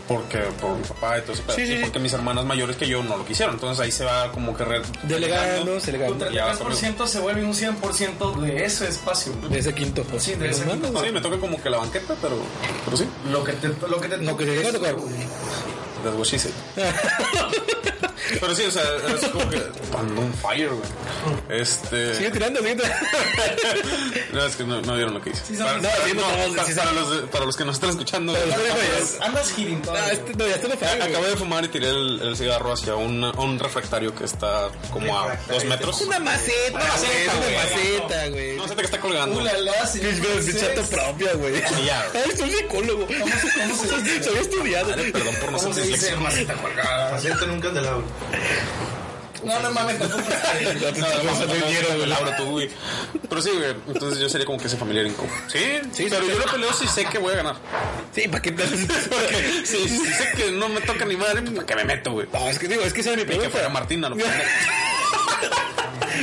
Porque por mi papá y todo ese pedo. Sí, Y sí, sí. porque mis hermanas mayores que yo no lo quisieron. Entonces ahí se va como que... re- Delegando, se Tu delegando. Ya, 33% se vuelve un 100% de ese espacio. De ese quinto. pues. Sí, de ese Hermano, quinto. Sí, me toca como que la banqueta, pero, pero sí. Lo que te, lo que te, Lo que te llega a tocar. That's what she said. pero sí, o sea, es como que... Random fire, güey. Este... Sigue tirando, sigue tirando. No, es que no, no vieron lo que hice. Sí, para, sabes. No, sí, no, para- no, sí, para los, para los que nos están escuchando, Pero, Andas girin Ah, este- No, ya está lo fue, güey. acabé de fumar y tiré el, el cigarro hacia un, un refractario que está como a dos metros. Es una maceta, güey, es una güey. maceta, güey. No sé que está colgando. Ulala, sí. Es güey, es chato propia, güey. Sí, ya, güey. Ay, soy psicólogo. cómo se dice? Soy estudiado. Perdón por no ser ¿Cómo se dice? disléxico. Maceta colgada. Paciente nunca es de lado. No, no mames, tampoco. No, no, no, no, no, Laura, tú, güey. Pero sí, güey. Entonces yo sería como que ese familiar incómodo. Sí, Sí, pero sí. yo lo peleo si sé que voy a ganar. Sí, ¿para qué planes? Porque si, si sé que no me toca ni madre, pues, ¿para qué me meto, güey? No, es que digo, es que esa es mi Ni que fuera pregunta. Martina, lo pendejo.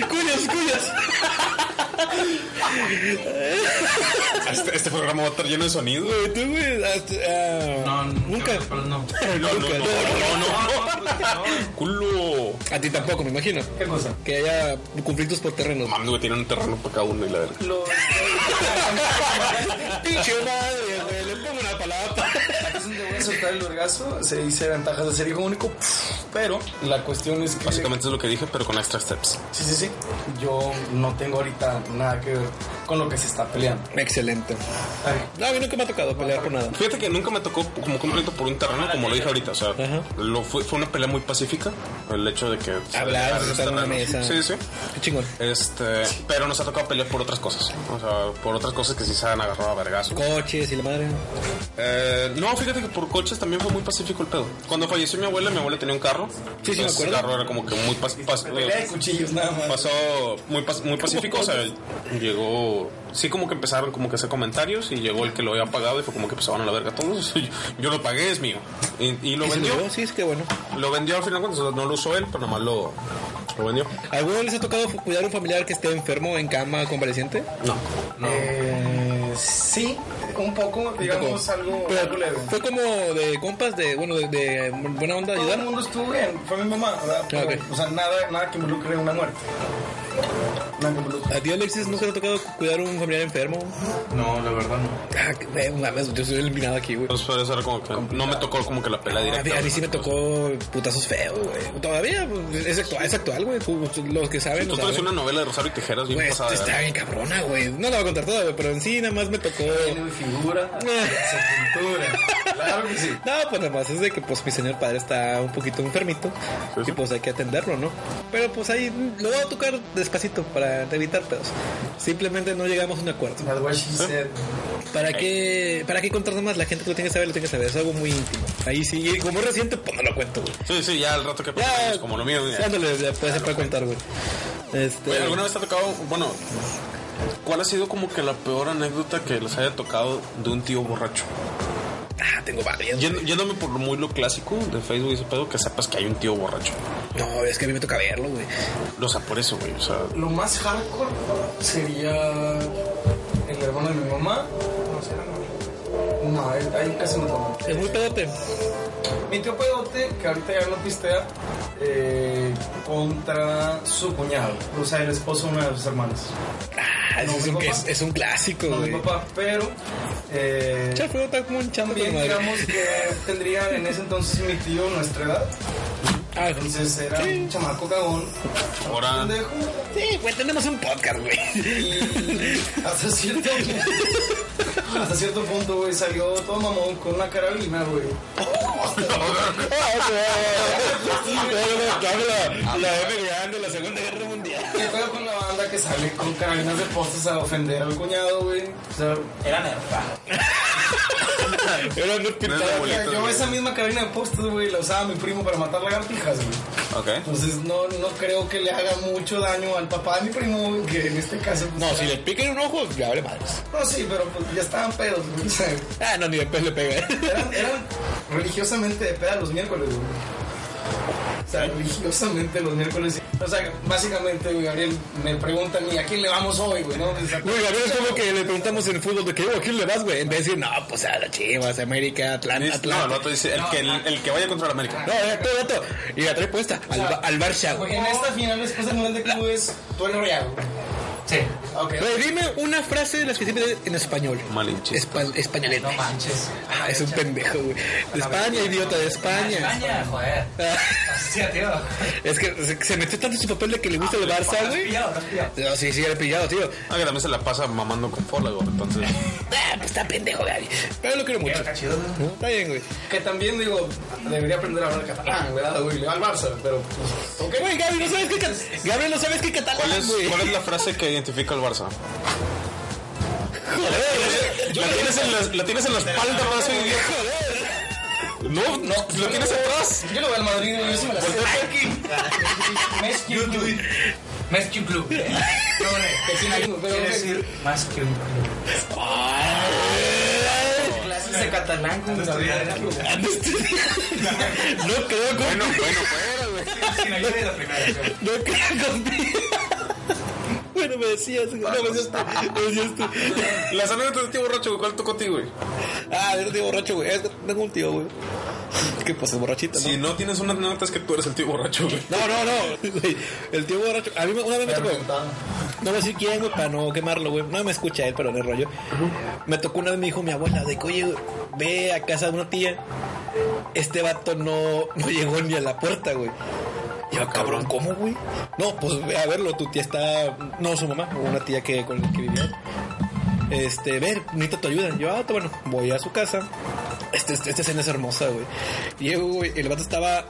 Cuyas, cuyas. este, este programa va a estar lleno de sonido, güey. Güey, tú, güey, hasta- ah, No, Nunca. No, no. No, no, no, Nunca. no, no, No, pues, no. no. Culo. A ti tampoco, me imagino. ¿Qué cosa? Que haya conflictos por terrenos. Mames, güey, tienen un terreno para cada uno y la verdad. Los. Pinche madre, güey. Le pongo una palapa. Es donde voy a soltar el vergazo. Se dice ventajas de ser hijo único. Pero la cuestión es que. Básicamente es lo que dije, pero con extra steps. Sí, sí, sí. Yo no tengo ahorita nada que ver con lo que se está peleando. Excelente. Ay, No, a mí nunca me ha tocado pelear por nada. Fíjate que nunca me tocó como completo por un terreno, como lo dije ahorita. O sea, Ajá. lo fue, fue una pelea muy pacífica. El hecho de que. Hablar, sentar en una terrenos. mesa. Sí, sí. Qué chingón. Este, pero nos ha tocado pelear por otras cosas. O sea, por otras cosas que sí se han agarrado a vergazo. Coches y la madre. Eh, no, fíjate que por coches también fue muy pacífico el pedo. Cuando falleció mi abuela, mi abuela tenía un carro. Sí, sí, me Entonces, acuerdo. El carro era como que muy pacífico. Pelea de cuchillos, nada más. pasó muy, pas- muy pacífico, o sea, llegó, sí como que empezaron como que a hacer comentarios y llegó el que lo había pagado y fue como que empezaban a la verga todos, yo, yo lo pagué, es mío. Y, y lo ¿Y se vendió, murió? Sí, es que bueno. lo vendió al final, cuando no lo usó él, pero nomás lo, ¿Lo vendió? ¿Alguno les ha tocado cuidar a un familiar que esté enfermo en cama convaleciente? No. No. Eh, sí, un poco, digamos, algo, Pero algo leve. fue como de compas, de bueno, de, de buena onda Todo el ayudar. mundo estuvo bien, fue mi mamá, ¿verdad? Pero, Ok. O sea, nada, nada que involucre una muerte. Nada que involucre. A ti Alexis nunca le ha tocado cuidar a un familiar enfermo. No, la verdad no. Ah, que- eh, mames, yo soy eliminado aquí, güey. Entonces, por eso era como que no me tocó como que la pela A mí, directa. a mí sí me tocó putazos feos, güey. Todavía pues, es actual, es actual, güey. Los que saben, Tú lo traes saben. una novela de Rosario y Tijeras bien Güey, pasada. de pues, está verga. bien cabrona, güey. No la voy a contar toda, güey, pero en sí nada más me tocó. Tiene figura, sepultura. Claro que sí. No, pues nada más es de que pues mi señor padre está un poquito enfermito Sí, sí. y pues hay que atenderlo, ¿no? Pero pues ahí lo voy a tocar despacito para evitar pedos. Simplemente no llegamos a un acuerdo. That's what she said. ¿Para qué, ¿Para qué contar más? La gente lo tiene que saber, lo tiene que saber. Es algo muy íntimo. Ahí sí, y como es reciente, pues no lo cuento, güey. Sí, sí, ya al rato que Ya, pasamos, como lo mío. ya. Ándale, ya pues, puede ser para contar, güey. Este, Oye, ¿Alguna vez te ha tocado, bueno, cuál ha sido como que la peor anécdota que les haya tocado de un tío borracho? Ah, tengo varias. güey. Yendo- Yéndome por lo muy lo clásico de Facebook y ese pedo, que sepas que hay un tío borracho. No, es que a mí me toca verlo, güey. O sea, por eso, güey. O sea, Lo más hardcore sería el hermano de mi mamá. No sé, no. No, ahí- ahí casi me tomo. Es muy pedote. Mi tío Pedote, que ahorita ya no pistea, eh, contra su cuñado, o sea, el esposo de una de sus hermanas. Ah, No, es, mi un, papá. es, es un clásico, No, mi güey. papá, pero eh, Ya fue otra como un chamba con también madre. digamos que tendría en ese entonces mi tío nuestra edad, Ah, entonces era Sí. Ah. un chamaco cagón, ahora. pendejo, Sí, güey, tenemos un podcast, güey. y hasta cierto hasta cierto punto, güey, salió todo mamón con una carabina, güey. Ah, La M grande, la Segunda Guerra Mundial. ¿Qué pedo con la banda que sale con carabinas de postes a ofender al cuñado, güey? O sea, era nerfa. Era un No es de pintada. boletos, Yo güey. esa misma carabina de postes, güey, la usaba mi primo para matar lagartijas, güey. Ok. Entonces no, no creo que le haga mucho daño al papá de mi primo, güey, que en este caso... pues, No, era- si le pica en un ojo, ya vale madres. No, sí, pero pues ya estaban pedos, güey. O sea, Ah, no, ni después le pega. eran, eran religiosamente de peda los miércoles, güey. O sea, religiosamente los miércoles. O sea, básicamente, güey, Gabriel me pregunta a mí, ¿a quién le vamos hoy, güey? ¿No? O sea, Güey, a ver, es como que le preguntamos en el fútbol de qué ¿a quién le vas, güey. En vez de decir, no, pues a las Chivas, América, Atlanta, No, el Atlanta. otro dice, el que, el, el que vaya contra la América. No, era todo vato. Y la trae puesta al, Ba- al Barça, güey. Porque en esta final después del Mundial de Clubes, tú el Real. Sí. Ok. Güey, dime una frase de las que siempre en español. Malinche. Espa- españolete. No manches. Ah, es un pendejo, güey. De España, idiota, de España. Ah. España, joder. Hostia, tío. Es que se- se metió tanto en su papel de que le gusta el Barça, ¿Lo Ah, pues, has güey. pillado? ¿Lo has pillado? No, sí, sí, ya le he pillado, tío. Ah, que también se la pasa mamando con Fola, güey. Entonces, Ah, pues está pendejo, Gaby. Pero lo quiero mucho. Está chido, ¿no? Está bien, güey. Que también, digo, debería aprender a hablar catalán, ¿verdad? Güey, le va al Barça, pero pues, ok. Güey, Gaby, no sabes qué cat- Gabriel, no sabes qué catalán, ¿cuál es, güey. ¿cuál es la frase que identifica al Barça? Joder, La tienes en la, la, tienes en la espalda, brazo y viejo. joder. No, no, lo tienes atrás. Yo le voy al Madrid y yo sí me la sé. Messi, güey. Más que un club. Que sí, güey, pero, Quiere güey, decir más que un club. clases de catalán con Gabriel. No creo con... Bueno, bueno, fuera, güey. Sin ayuda de la primera. creo. No creo contigo. Bueno, me decías, güey. No, me decías tú. Me decías tú. Las anécdotas de tío borracho, güey. ¿Cuál tocó a ti, güey? Ah, yo tío borracho, güey. Es que tengo un tío, güey. Que pues es borrachito, ¿no? Si no tienes unas anécdotas, es que tú eres el tío borracho, güey. No, no, no. Güey, El tío borracho. A mí me- una vez me tocó. No voy a decir quién, güey, para no quemarlo, güey. No me escucha él, pero no es rollo. Me tocó una vez, me dijo mi abuela, de que, oye, güey, ve a casa de una tía. Este vato no, no llegó ni a la puerta, güey. Y yo, cabrón, ¿cómo, güey? No, pues ve a verlo, tu tía está... No, su mamá, una tía que, con la que vivía. Este, ver, necesito tu ayuda. Yo, ah, bueno, voy a su casa. Este, este, esta escena es hermosa, güey. Llego, güey, el vato estaba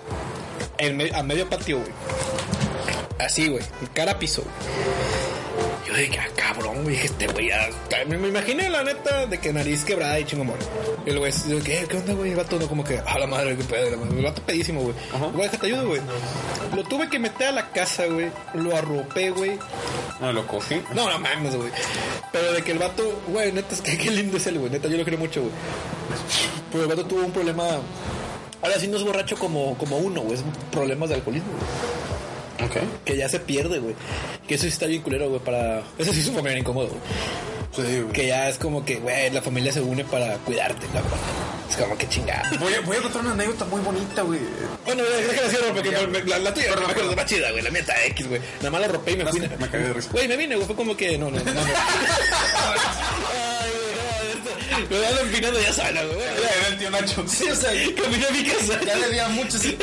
en me- a medio patio, güey. Así, güey, cara a piso, güey. Yo dije, ah, cabrón, güey, dije, este güey ya... está- Me, me imaginé, la neta, de que nariz quebrada y chingo moro. Y el güey, yo, "Eh, ¿qué, ¿qué onda, güey? El vato, no, como que, a la madre, qué pedo, la madre. El vato pedísimo, güey. Güey, déjate ayudo, güey. Lo tuve que meter a la casa, güey. Lo arropé, güey. No, lo cogí. No, no mames, güey. Pero de que el vato, güey, neta, es que qué lindo es él, güey. Neta, yo lo quiero mucho, güey. Pero el vato tuvo un problema. Ahora sí no es borracho como, como uno, güey. Es problemas de alcoholismo, güey. Ok. Que ya se pierde, güey. Que eso sí está bien culero, güey, para... Eso sí es un familiar incómodo, güey. Sí, güey. Que ya es como que, güey, la familia se une para cuidarte, cabrón. Es como que chingada. Voy a, voy a contar una anécdota muy bonita, güey. Bueno, güey, déjala así, Rorro, porque me- la, la tuya Perdón, no me acuerdo, más chida, güey. La mía está X, güey. Nada más la rompí y me No, fui. sí, me cagué de risa. Güey, me vine, güey. Fue como que, no, no, no. no. Ay, güey, no, esto- Me van empinando ya sana, güey. Era el tío Nacho. Sí, o sea, caminé a mi casa. Ya debía mucho, sí.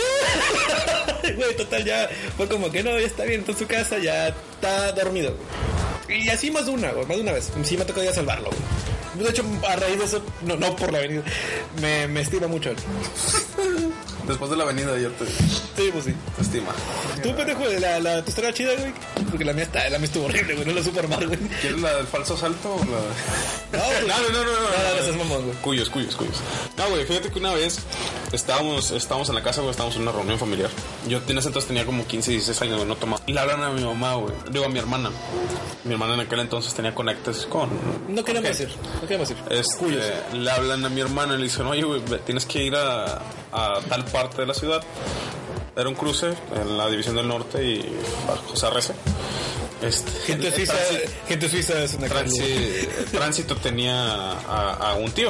Güey, total, ya fue como que no, ya está bien, está en su casa, ya está dormido. güey. Y así más de una, güey, más de una vez. Sí me ha tocado ya salvarlo, güey. De hecho, a raíz de eso, no, no por la avenida, me, me estima mucho él. Después de la avenida ayer te, Sí, pues sí. te estima. Tú, pendejo, la, la, tu historia chida, güey. Porque la mía está, la mía estuvo horrible, güey, no la supo armar, güey. ¿Quieres la del falso salto o la.? No, güey. no, no, no, no, no, No, no, no no. seas mamón, güey. Cuyos, cuyos, cuyos. No, güey, fíjate que una vez estábamos, estábamos en la casa, güey, estábamos en una reunión familiar. Yo en ese entonces tenía como 15, 16 años, güey, no tomaba. Y le hablan a mi mamá, güey. Digo, a mi hermana. Mi hermana en aquel entonces tenía conectes con. No queremos Ok. decir, no queremos decir. Este, le hablan a mi hermana y le dicen, oye, güey, ve- tienes que ir a, a tal parte de la ciudad. Era un cruce en la División del Norte y bajo Sarrece. Este, Gente el- el suiza, tránsito- gente suiza es una Transi- eh, calle, tránsito tenía a, a un tío.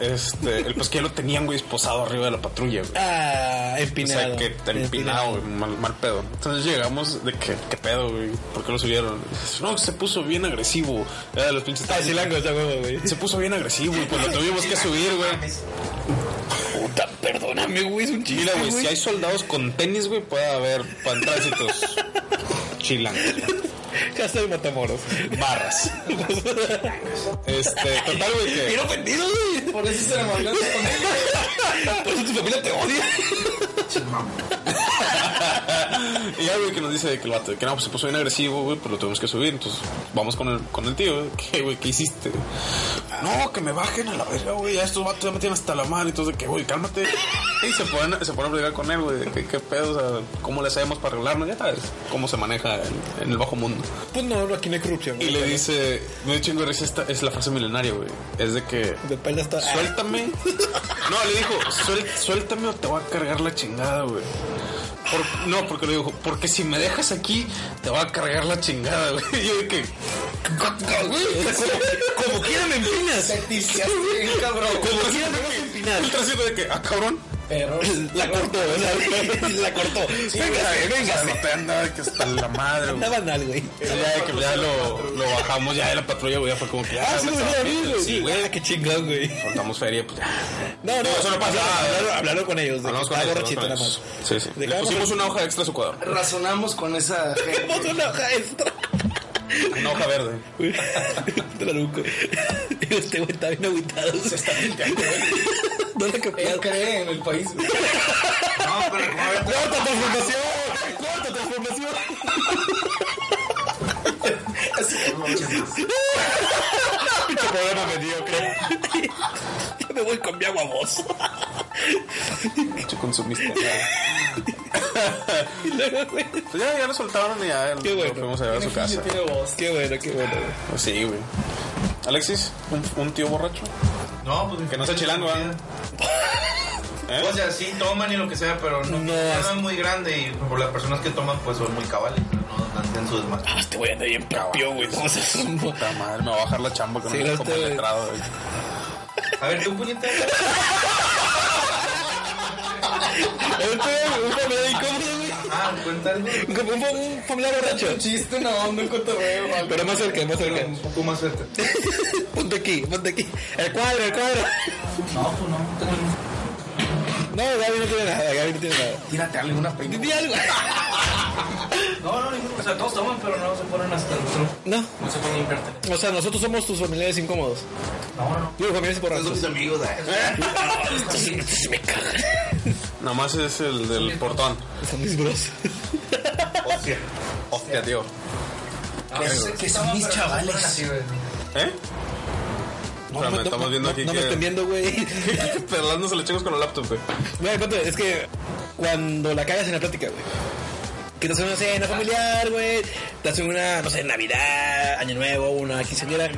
Este, el pues que ya lo tenían, güey, esposado arriba de la patrulla, güey. Ah, O empinado. sea, que empinado, güey, mal, mal pedo. Entonces llegamos de que, ¿qué pedo, güey? ¿Por qué lo subieron? No, se puso bien agresivo. Era de los pinches Ah, taxis. chilango, está huevo, güey. Se puso bien agresivo, y pues lo tuvimos que subir, güey. Puta, perdóname, güey, es un chiste, Mira, güey, si hay soldados con tenis, güey, puede haber pantrácitos chilangos, güey. Casa de Matamoros. barras. Este, total, güey, que... Bien ofendido, güey. Por eso se le mandó a familia. Por eso tu familia te odia. Y ya, güey, que nos dice de que el vato, de que no, pues se puso bien agresivo, güey, pues lo tuvimos que subir. Entonces, vamos con el, con el tío, güey. ¿Qué, güey? ¿Qué hiciste? No, que me bajen a la verga, güey. Ya estos vatos ya me tienen hasta la madre. Entonces, de que, güey, cálmate. Y se ponen, se ponen a brigar con él, güey. de que, ¿Qué, pedo? O sea, ¿cómo le hacemos para arreglarnos? Ya sabes cómo se maneja en, en el bajo mundo. Pues no, no, aquí no hay corrupción. Y güey. le dice, me chingo de risa, esta es la frase milenaria, güey. Es de que, De espalda está. Suéltame. No, le dijo, "Suel- suéltame o te voy a cargar la chingada, güey. Por- no, porque le dijo, porque si me dejas aquí, te voy a cargar la chingada, güey. Y yo de que. Como quiera me empinas. Te tisteaste bien, cabrón. Como quiera me vas a empinar. El trasero de que, ah, cabrón. Pero. La cortó, o sea, la cortó. Véngase, O sea, véngase. No te anda de que hasta la madre, güey. Está banal, güey. Ya de que ya lo, lo bajamos ya de la patrulla, güey. Ya fue como que ya. Ah, sí, lo güey, venía a mí, güey. Sí, güey. Ah, qué chingón, güey. Contamos feria, pues ya. No, no, No, eso no pasa hablaron- nada. Hablaron, hablaron con ellos. De que Hablamos con estaba ellos, borrachito nada más. hablamos con ellos. Sí, sí. De Le que- pusimos una hoja extra a su cuadro. Razonamos con esa gente. Tenemos una hoja extra. Una hoja verde. Güey, Te la busco. Este güey está bien agüitado. No le Él copias. cree en el país. No, pero ¿cómo ves? ¡Corta transformación! ¡Corta transformación! Pinche programa mediocre. Yo me voy con mi agua voz. Tú consumiste. Pues ya, ya lo soltaron y ya Qué bueno. lo fuimos a llevar a su casa. Tiene voz. Qué bueno, qué bueno. güey. Pues sí, güey. Alexis, un, un tío borracho. No, pues Que no sea chilango, ¿eh? ¿Eh? O sea, sí toman y lo que sea, pero no, No, nada es- muy grande y por las personas que toman pues son muy cabales, pero no hacen su desmadre. Ah, este güey anda bien propio, güey. No, o sea, es un- Puta madre, me va a bajar la chamba que Sí, no no me como te- el letrado, güey. A ver, tú puñetero. Este güey, un familiar incómodo, güey. Ah, cuenta algo. Como un, un familiar borracho. Un chiste, no, onda, un cotorreo. algo. Pero más cerca, más cerca. Un poco más cerca. Ponte aquí, ponte aquí. El cuadro, el cuadro. No, pues no. tengo- No, Gaby no tiene nada, Gaby no tiene nada. Tírate alguna prima. Di algo. No, no, ninguno. O sea, todos toman, pero no se ponen hasta el otro. No. No se ponen impertinentes. O sea, nosotros somos tus familiares incómodos. No, no, no. Digo, familiares Son borrachos. mis amigos, eh. Estos sí- estos sí me cagan. Nomás es el del portón. Son mis bros. Hostia. Hostia, tío. Que son- Ah, que son mis chavales. ¿Eh? No, Pero me no, estamos no, viendo no, aquí No me que- estén viendo, güey. Perlándose los chicos con el laptop, güey. Güey, cuánto, es que cuando la cagas en la plática, güey. Que te hacen una cena familiar, güey. Te hacen una, no sé, Navidad, Año Nuevo, una quinceañera.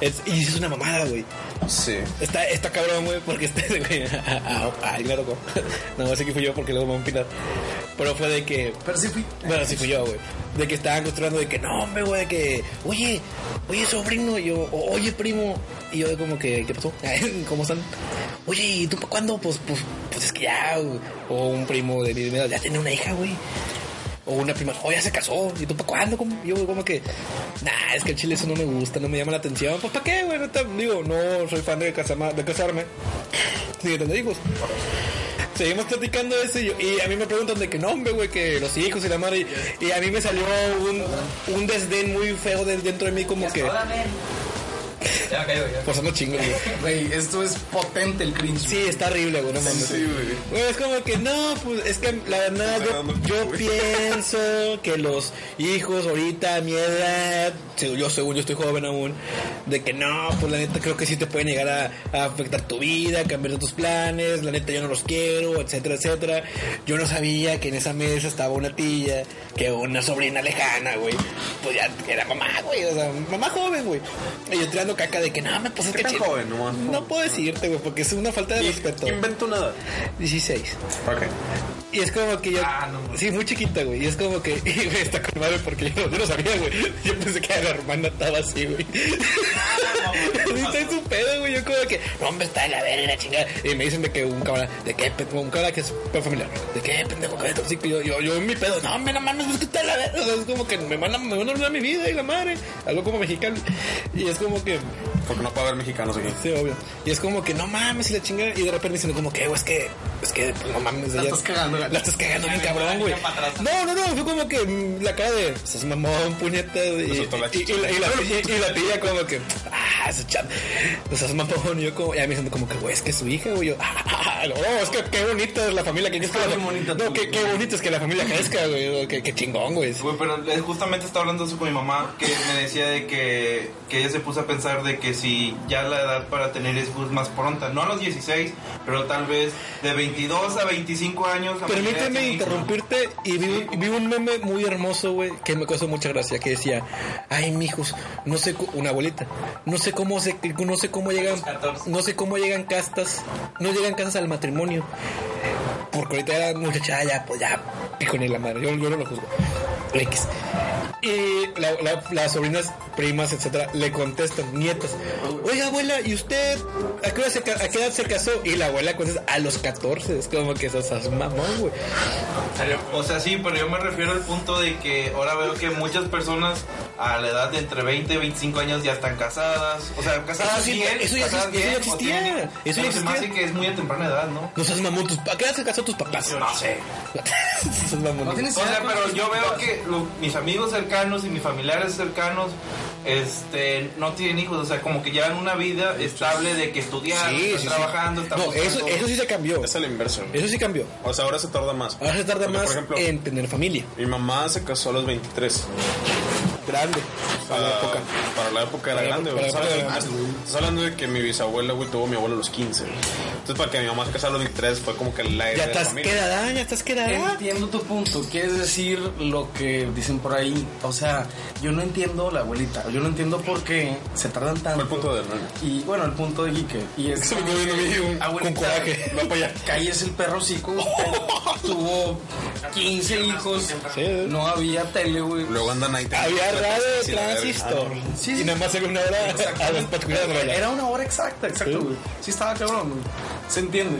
Es- y es una mamada, güey. Sí. Está, está cabrón, güey, porque este, güey. ah, ah, ah, claro, no, ese que fui yo porque luego me van a empinar. Pero fue de que. Pero sí fui. Bueno, sí fui yo, güey. De que estaban controlando de que no, hombre, güey, de que. Oye, oye, sobrino, y yo, o- oye, primo. Y yo, como que, ¿qué pasó? ¿Cómo están? Oye, ¿y tú para cuándo? Pues, pues, pues es que ya, güey. O un primo de mi de mi edad, ya tiene una hija, güey. O una prima, oh, ya se casó. ¿Y tú para cuándo? ¿Cómo? Yo, como que, nah, es que el chile eso no me gusta, no me llama la atención. Pues, ¿para qué, güey? No te- digo, no soy fan de, casama- de casarme, ni de tener hijos. Seguimos platicando de eso y, yo- y a mí me preguntan de qué nombre, güey, que los hijos y la madre. Y, y a mí me salió un, un desdén muy feo de- dentro de mí, como que Ya me cayó, ya. forzando chingos, güey. Güey, esto es potente el cringe. Sí, está horrible, güey, no mames. Sí, güey. Güey, es como que no, pues es que la verdad Está yo, dando yo güey. pienso que los hijos ahorita a mi edad, se- yo según yo estoy joven aún, de que no, pues la neta creo que sí te pueden llegar a, a afectar tu vida, cambiar tus planes, la neta yo no los quiero, etcétera, etcétera. Yo no sabía que en esa mesa estaba una tía, que una sobrina lejana, güey. Pues ya era mamá, güey, o sea, mamá joven, güey. Y yo tirando caca de que no, me pues es ¿Qué que tan chi- joven, no? No puedo decirte, güey, porque es una falta de respeto. Invento nada. 16. Ok. Y es como que yo. Ah, no, güey. sí, muy chiquita, güey. Y es como que. Y güey, está con madre porque yo, yo no sabía, güey. Yo pensé que la hermana estaba así, güey. Así está en su pedo, güey. Yo como que. No, hombre, está de la verga, la chingada. Y me dicen de que un cabrón. De qué pendejo, un cabrón que es pero familiar. De qué pendejo, que así que yo, yo, yo en mi pedo. No, hombre, no mames, es que está de la verga. O sea, es como que me van a, me van a arruinar mi vida y la madre. Algo como mexicano. Y es como que. Porque no puede haber mexicanos aquí. Sí, obvio. Y es como que no mames y la chinga. Y de repente dicen como que, güey, es que, es que, pues, no mames. La estás cagando, güey. La estás cagando bien Ya, güey, cabrón, ya güey. pa' atrás. No, no, no. Fue como que mm, la cara de, estás mamón, puñetas. Y, y, soltó la y- y la, y la- y- y la tía como que, ah, ese chat, estás mamón. Y yo como, ya me dicen como que, güey, es que es su hija, güey. Yo, ah, ah, ah, no, es que qué bonita es la familia que crezca. bien bonita No, tu- qué, qué bonito es que la familia crezca, güey. Qué, qué chingón, güey. Güey, pero le- justamente estaba hablando eso con mi mamá, que me decía de que, que ella se puso a pensar de que si ya la edad para tener hijos es más pronta, no a los 16, pero tal vez de 22 a 25 años. la mayoría Permíteme tiene hijos. interrumpirte y vi, un- vi un meme muy hermoso, güey, que me causó mucha gracia, que decía, ay, mijos, no sé, cu- una abuelita, no sé cómo se, no sé cómo llegan, 14. no sé cómo llegan castas, no llegan castas al matrimonio, porque ahorita era muchacha, ah, ya, pues ya, picone la madre, yo, yo no lo juzgo, X. Y la- la- las sobrinas, primas, etcétera, le contestan, nietas, oiga abuela, ¿y usted a qué, hora se ca- a qué edad se casó? Y la abuela contesta, a los 14, es como que esas mamón, güey. O sea, sí, pero yo me refiero al punto de que ahora veo que muchas personas a la edad de entre 20 y 25 años ya están casadas. O sea, casadas Eso Ah, sí, bien, eso ya casadas exist- eso ya bien, o existía, tienen hijos. eso ya Pero se me existía. hace que es muy a temprana edad, ¿no? No seas mamón, tus pa- ¿qué edad se casó tus papás? No sé. seas mamón. No tienes O sea, Ah, idea pero cuántos yo hijos veo tienes. que lo- mis amigos cercanos y mis familiares cercanos este, no tienen hijos, o sea, como que llevan una vida estable de que estudian, están trabajando, están No, buscando- eso, eso sí se cambió. Es el inverso. güey. Eso sí cambió. O sea, ahora se tarda más. Ahora se tarda Porque, más Por ejemplo, en tener familia. mi mamá se casó a los 23. Grande. Para la Ah, época. Para la época era Para la grande, época- güey. para la época Estás hablando- estás hablando de que mi bisabuela, güey, tuvo a mi abuelo a los 15. güey. Entonces, para que mi mamá se casara a los 23 fue como que la Ya idea de la estás familia. quedada, ya estás quedada. Entiendo tu punto, quieres decir lo que dicen por ahí. O sea, yo no entiendo la abuelita, yo no entiendo por qué se tardan Fue el tanto. punto de Hernán. Y bueno, el punto de Quique. Y es Se me quedó viendo a mí un- Abuelita, Con Ah, coraje. Va para allá. Calles el perro hocico. Tuvo 15 hijos. Sí. No había tele, güey. Luego andan ahí. Había radio de Sí, la verga. Ah, transistor. Sí, sí. Y nada más había una hora a las particulares de la Era una hora exacta, exacto, güey. Sí estaba cabrón, güey. Se entiende.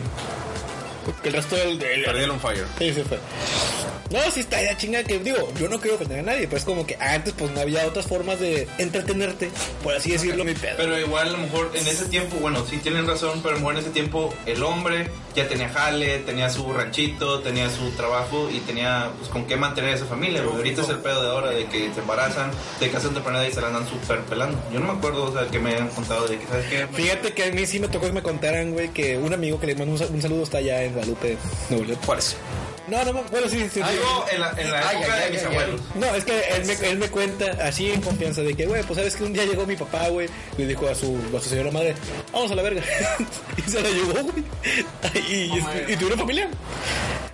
Que el resto del. del- Perdí el on fire. Sí, se fue. No, sí está ya chinga que digo, yo no quiero ofender a nadie, pero es como que antes pues no había otras formas de entretenerte, por así decirlo, mi pedo. Pero igual a lo mejor en ese tiempo, bueno, sí tienen razón, pero a lo mejor en ese tiempo el hombre ya tenía jale, tenía su ranchito, tenía su trabajo y tenía pues con qué mantener a esa familia. güey. Ahorita es el pedo de ahora de que se embarazan, te casan temprana y se la andan super pelando. Yo no me acuerdo, o sea, que me hayan contado de que, ¿sabes qué? Fíjate que a mí sí me tocó que me contaran, güey, que un amigo que le mando un, sa- un saludo está allá en Guadalupe, Nuevo León. Juárez. No, no, bueno, sí, sí. sí. Digo, en la, en la Ay, época ay, de ay, mis ay, abuelos. No, es que él me, él me cuenta así en confianza de que, güey, pues sabes que un día llegó mi papá, güey, le dijo a su, a su señora madre, vamos a la verga. y se la llevó, güey. Y, y, y tuvieron familia.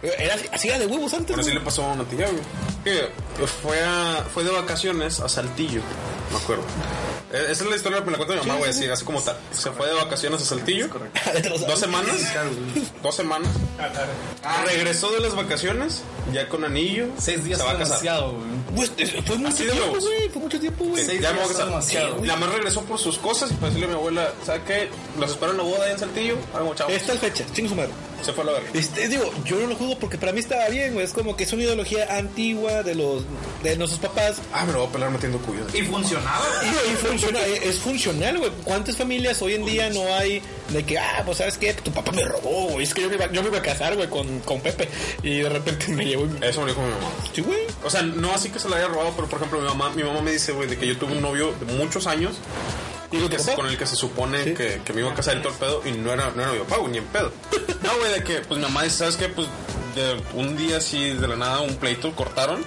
Era, así era de huevos antes. Bueno, sí güey. le pasó a Natalia, güey. Que Fue, a- fue de vacaciones a Saltillo, me acuerdo. E-, Eh, Esa es la historia que me la cuenta mi mamá, güey, así, así como tal. Se fue de vacaciones a Saltillo. Dos semanas. Dos semanas. Regresó de las vacaciones, ya con anillo. Seis días se va a es casar. demasiado, güey. Güey, eh, fue mucho Así de tiempo, huevos. güey. Fue mucho tiempo, güey. Sí, Seis ya me días voy a casar. es demasiado, güey. La más regresó por sus cosas y para decirle a mi abuela, ¿sabes qué? Los espero en la boda ahí en Saltillo. Algo chavo. Esta fecha, chingo su madre. Se fue a la verga. Este, digo, yo no lo juego porque para mí estaba bien, güey. Es como que es una ideología antigua de los de nuestros papás. Ah, me lo voy a pelar metiendo cuyos. Y funcionaba. Y, y funciona, eh, es funcional, güey. ¿Cuántas familias hoy en día no hay de que, ah, pues sabes qué, tu papá me robó, güey? Es que yo me iba, yo me iba a casar, güey, con, con Pepe. Y de repente me llevó y me... Eso me lo dijo mi mamá. Sí, güey. O sea, no así que se la haya robado, pero por ejemplo, mi mamá, mi mamá me dice, güey, de que yo tuve un novio de muchos años ¿Y que tu se- papá? con el que se supone Sí. que, que me iba a casar y todo el pedo y no era, no era mi papá, güey, ni en pedo. No, güey, de que, pues mi mamá dice, ¿sabes qué? Pues de un día así, de la nada, un pleito, cortaron.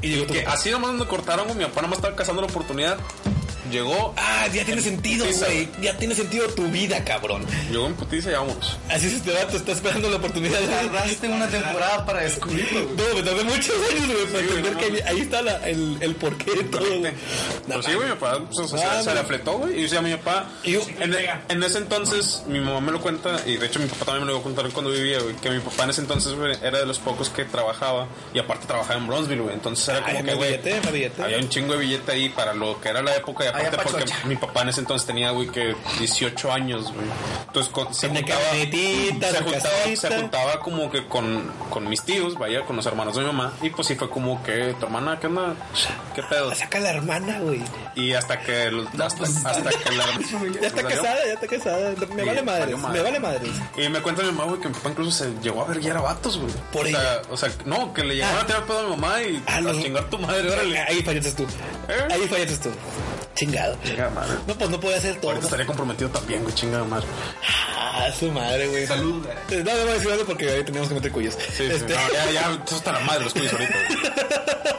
Y digo, tu Que papá, así nomás me cortaron, güey, mi papá nomás estaba cazando la oportunidad. Llegó, ah, ya tiene sentido, putiza, güey. Ya tiene sentido tu vida, cabrón. llegó en putiza y vámonos. Así es este vato, está esperando la oportunidad. Tardaste una temporada para descubrirlo, güey. No, me tardé muchos años, güey, para Sí, güey, entender no que ahí, mames. ahí está la- el, el porqué de todo, güey. Pero sí, güey, mi papá pues, o sea, Ah, se no. le afletó, güey. Y yo decía a mi papá. Y yo- en, en ese entonces, mi mamá me lo cuenta, y de hecho mi papá también me lo iba a contar cuando vivía, güey, que mi papá en ese entonces, güey, era de los pocos que trabajaba, y aparte trabajaba en Bronzeville, güey. Entonces era como Ay, que, me güey. billete, me billete. Había un chingo de billete ahí para lo que era la época, y aparte Allá pa' porque Chocha. mi papá en ese entonces tenía, güey, que 18 años, güey. Entonces con- se Tenía juntaba. camionetita, Se su juntaba, se casita. juntaba como que con, con mis tíos, vaya, con los hermanos de mi mamá, y pues sí fue como que, tu hermana, ¿qué onda? ¿Qué pedo? Saca la hermana, güey. Y hasta que lo- hasta, pues, hasta que la Ya está casada, ya está casada. Me Sí, vale madres, valió madre. me vale madres. Y me cuenta mi mamá, güey, que mi papá incluso se llegó a verguiar a vatos, güey. Por o ella. Sea, o sea, no, que le llegaron Ah. a tirar pedo a mi mamá y Ah, a no. chingar tu madre, órale. Ahí fallaste tú. ¿Eh? Ahí fallaste tú. Chingado. Chingada madre. No, pues no puede hacer todo. Ahorita estaría comprometido también, güey, chingada madre. Ah, su madre, güey. Salud. Eh, No, no voy a decir algo porque ahí teníamos que meter cuyos. Sí, sí, Este- no, ya, ya, esto está la madre los cuyos ahorita, güey.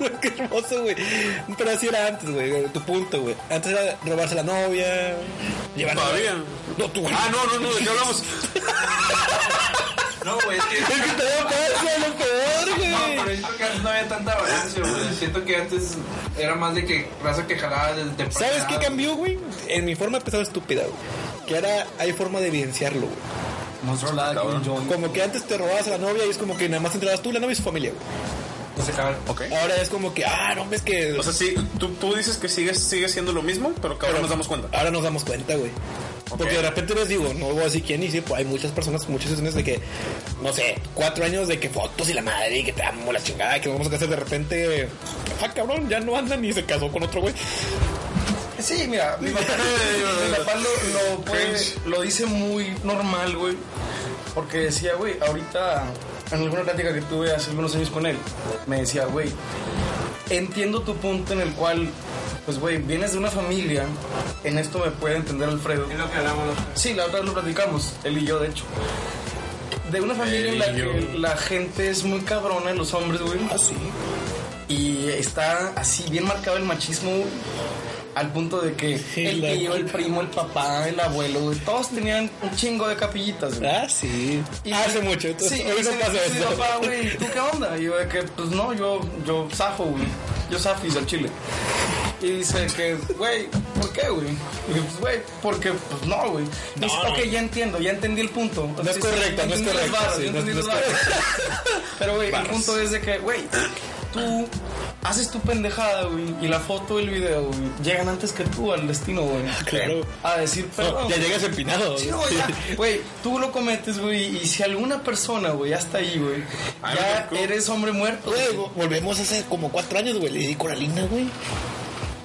Güey, Qué hermoso, güey. Pero así era antes, güey. Tu punto, güey. Antes era robarse la novia. llevarla- Todavía. No, tú, güey. Ah, no, no, no, ¿de qué hablamos? No, güey, es que. Es que todavía pasa lo peor, No, pero güey. siento que antes no había tanta balance, güey. Siento que antes era más de que raza que ah, jalaba desde temprano. ¿Sabes qué cambió, güey? En mi forma de pensar estúpida, güey. Que ahora hay forma de evidenciarlo, güey. Monstruo la con un joint. Como que antes te robabas a la novia y es como que nada más entrabas tú, la novia y su familia, güey. Pues se acaba- Ok. Ahora es como que, ah, no, ves que... O sea, sí, tú, tú dices que sigue, sigue siendo lo mismo, pero que ahora nos damos cuenta. Ahora nos damos cuenta, güey. Porque de repente les digo, no voy a decir quién, y sí, pues hay muchas personas, muchas situaciones de que, no sé, cuatro años de que fotos y la madre, y que te amo la chingada, y que nos vamos a casar de repente, ah, cabrón, ya no andan ni se casó con otro güey. Sí, mira, mi papá, mi papá lo, lo, puede- lo dice muy normal, güey. Porque decía, güey, ahorita, en alguna plática que tuve hace algunos años con él, me decía, güey, entiendo tu punto en el cual, pues, güey, vienes de una familia, en esto me puede entender Alfredo. Es lo que hablamos la otra vez. Sí, la otra vez lo platicamos, él y yo, de hecho. De una familia en la que la gente es muy cabrona, los hombres, güey. Ah, Así. Y está así bien marcado el machismo, güey, Al punto de que Sí, el la- tío, el primo, el papá, el abuelo, güey, todos tenían un chingo de capillitas, güey. Ah, sí. Hace mucho, entonces, sí, hoy no sí, pasa sí, eso. papá, güey, ¿tú qué onda? Y yo de que, pues no, yo, yo zafo, güey. Yo zafis al chile. Y dice que, güey, ¿por qué, güey? Y dije, pues, güey, porque, pues no, güey. Y dice, No. ok, ya entiendo, ya entendí el punto. O sea, es sí, correcto, no es entendí las correcto, barras, sí, yo no es- entendí no es las barras. Pero, güey, el punto es de que, güey, tú haces tu pendejada, güey, y la foto y el video, güey, llegan antes que tú al destino, güey. Claro. A decir, No, perdón. ya güey". llegas empinado. Sí, no, ya, Güey, tú lo cometes, güey, y si alguna persona, güey, hasta ahí, güey, Ah, Ay, ya no, no. eres hombre muerto. Güey, vo- volvemos hace como cuatro años, güey. Le di Coralina, güey.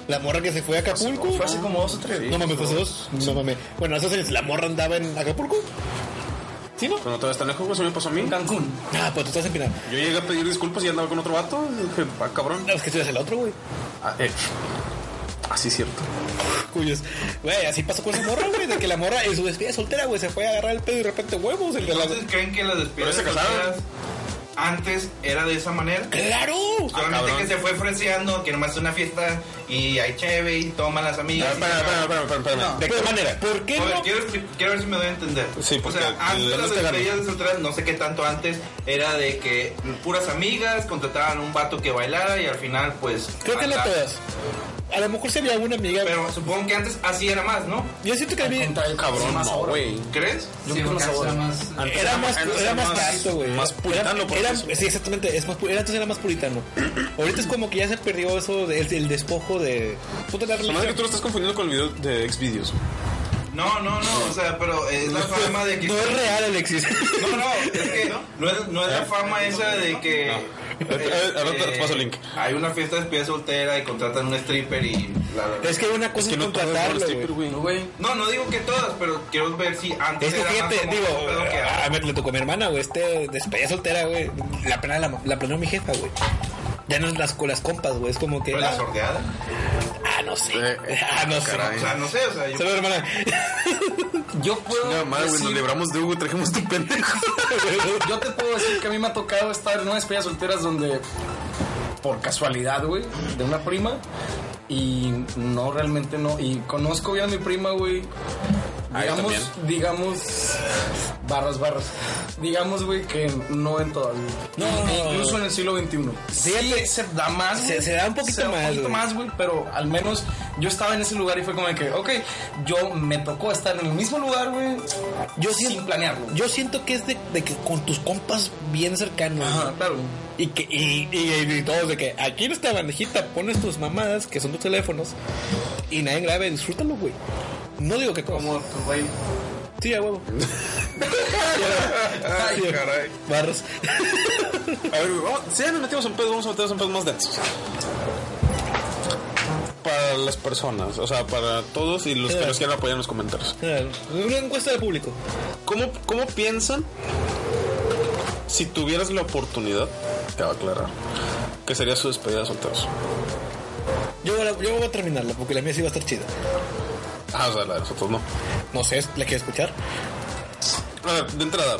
La morra que se fue a Acapulco. Fue hace como dos o tres. No mames, fue hace dos. No mames. Bueno, hace dos años la morra andaba en Acapulco. ¿Sí, no? Pero no todavía está lejos, güey, eso me pasó a mí. En Cancún. Ah, pues tú estás empinado. Yo llegué a pedir disculpas y andaba con otro vato. y Dije, ah, cabrón. No, es que tú eres el otro, güey. Ah, eh. Así es cierto. Cuyos. Güey, así pasó con esa morra, güey. De que la morra en su despedida soltera, güey, se fue a agarrar el pedo y de repente huevos. El de la... ¿Ustedes creen que las despedidas Pero se casaron. solteras antes era de esa manera? ¡Claro! Solamente cabrón. que se fue freseando, que nomás es una fiesta y hay cheve y toman las Ah, amigas. y Espera, se espera, acaba. espera, espera, espera. ¿De qué manera? ¿Por qué A ver, no? quiero, expli- quiero ver si me doy a entender. Sí, porque o sea, antes le de las andas cagando. despedidas solteras, no sé qué tanto antes, era de que puras amigas contrataban un vato que bailara y al final, pues. Creo que no andaba- todas. a lo mejor si había alguna amiga. Pero supongo que antes así era más, ¿no? yo siento que había, Cabrón, más no, ahora. güey. ¿Crees? Yo Sí, creo que porque no antes sabora. era más. Era más, antes era más barato, güey. Más Era- puritano, por era- eso. Sí, exactamente. Es más, pu- era- antes era más puritano. Ahorita es como que ya se perdió eso del del despojo de. Puta la Además de que religión. tú lo estás confundiendo con el video de Xvideos. No, no, no. O sea, pero es la fama de que. No es real, Alexis. No, no, es que no es, no es la fama esa de que. Ahorita- eh, ahorita te paso el link. Hay una fiesta de despedida soltera y contratan un stripper y. la- la- es que una cosa es, Es que no todo es por contratarlo, stripper, güey. güey. No, güey. No, no digo que todas, pero quiero ver si antes Es que era más fíjate, como digo, ah, un pedo que ahora. a mí le tocó a mi hermana, güey, este despedida soltera, güey. La plena la, la planeó mi jefa, güey. Ya no es las, con las compas, güey, es como que. Fue la Ah, sordeada. ah, no sé. Eh, eh, Ah, no sé. caray. O sea, no sé, o sea, yo. Saludos, hermana. Yo puedo. No, madre, güey, nos decir- libramos de Hugo, trajimos tu pendejo. Yo te puedo decir que a mí me ha tocado estar en una despedida solteras donde, por casualidad, güey, de una prima, y no realmente no. Y conozco bien a mi prima, güey. Ah, yo Digamos, también. digamos, barras, barras. Digamos, güey, que no en todas. güey. No, no, no. Incluso en el siglo XXI. Fíjate, se da más. se- güey. se da un poquito Se da más, un poquito güey. más, güey, pero al menos yo estaba en ese lugar y fue como de que, ok, yo me tocó estar en el mismo lugar, güey, Yo sin siento, planearlo. yo siento que es de, de que con tus compas bien cercanos. Ajá, claro. Y que y, y- y todos de que aquí en esta bandejita pones tus mamadas, que son tus teléfonos, y nadie grabe, disfrútalo, güey. No digo que como. Como tu güey. Sí, a huevo. Ay, Sí, caray. Barras. A ver, güey, vamos, si ya nos metimos en pedos, vamos a meternos en pedos más densos. Para las personas, o sea, para todos y los que nos quieran apoyar en los comentarios. Una encuesta de público. ¿Cómo, cómo piensan si tuvieras la oportunidad? Te va a aclarar. Que sería su despedida de solteros. Yo, la- yo voy a terminarla porque la mía sí va a estar chida. Ah, o sea, la de nosotros no. No sé, ¿la quieres escuchar? A ver, de entrada,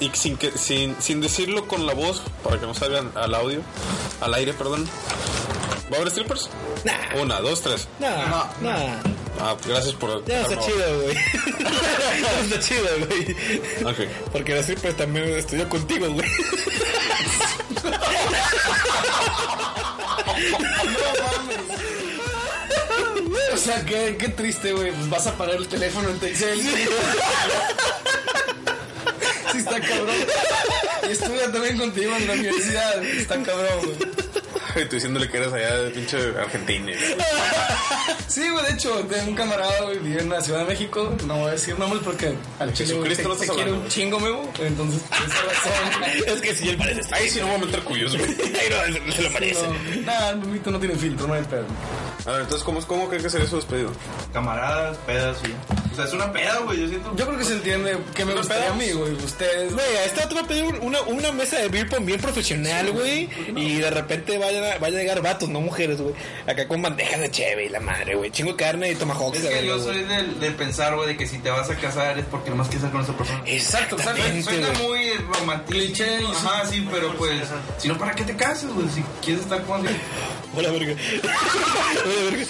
y sin, que, sin, sin decirlo con la voz, para que no salgan al audio, al aire, perdón. ¿Va a haber strippers? Nah. Una, dos, tres. Nah, nah. Ah, gracias por... Ya no está chido, güey. Ya no está chido, güey. Ok. Porque la siempre también estudió contigo, güey. O sea, qué, qué triste, güey. Pues vas a parar el teléfono en Texel. Sí, está cabrón. Y estudia también contigo en la universidad. Está cabrón, güey. Y tú diciéndole que eres allá de pinche Argentina. Sí, güey, de hecho, de un camarada, güey, vive en la Ciudad de México. No voy a decir nombres porque al chile, güey, te, Jesucristo no te estás quiero hablando, un güey. chingo, memo. Entonces, por esa razón, güey. Es que si él parece estar Ahí sí no voy a meter cuyos, güey. ahí no, se lo parece. No, nada, el mito no tiene filtro, no hay pedo. A ver, entonces, ¿cómo, cómo creen que sería su despedido? Camaradas, pedas, sí. O sea, es una peda, güey. Yo siento. Yo creo que se entiende que me gustaría a mí, güey. Ustedes, Güey, a este vato va a pedir un- una, una mesa de beer pong bien profesional, güey. Y de repente vayan a- vaya a llegar vatos, no mujeres, güey. Acá con bandejas de cheve y la madre, güey. Chingo de carne y tomahawks. Es la que verga, yo güey. soy del, del pensar, güey, de que si te vas a casar es porque nomás quieres estar con esa persona. Exacto, Suena- exactamente, Suena güey. muy romántico. Cliché y Ajá, sí, pero pues. Si no, ¿para qué te casas, güey? Si quieres estar con alguien. Hola, verga. Hola, verga.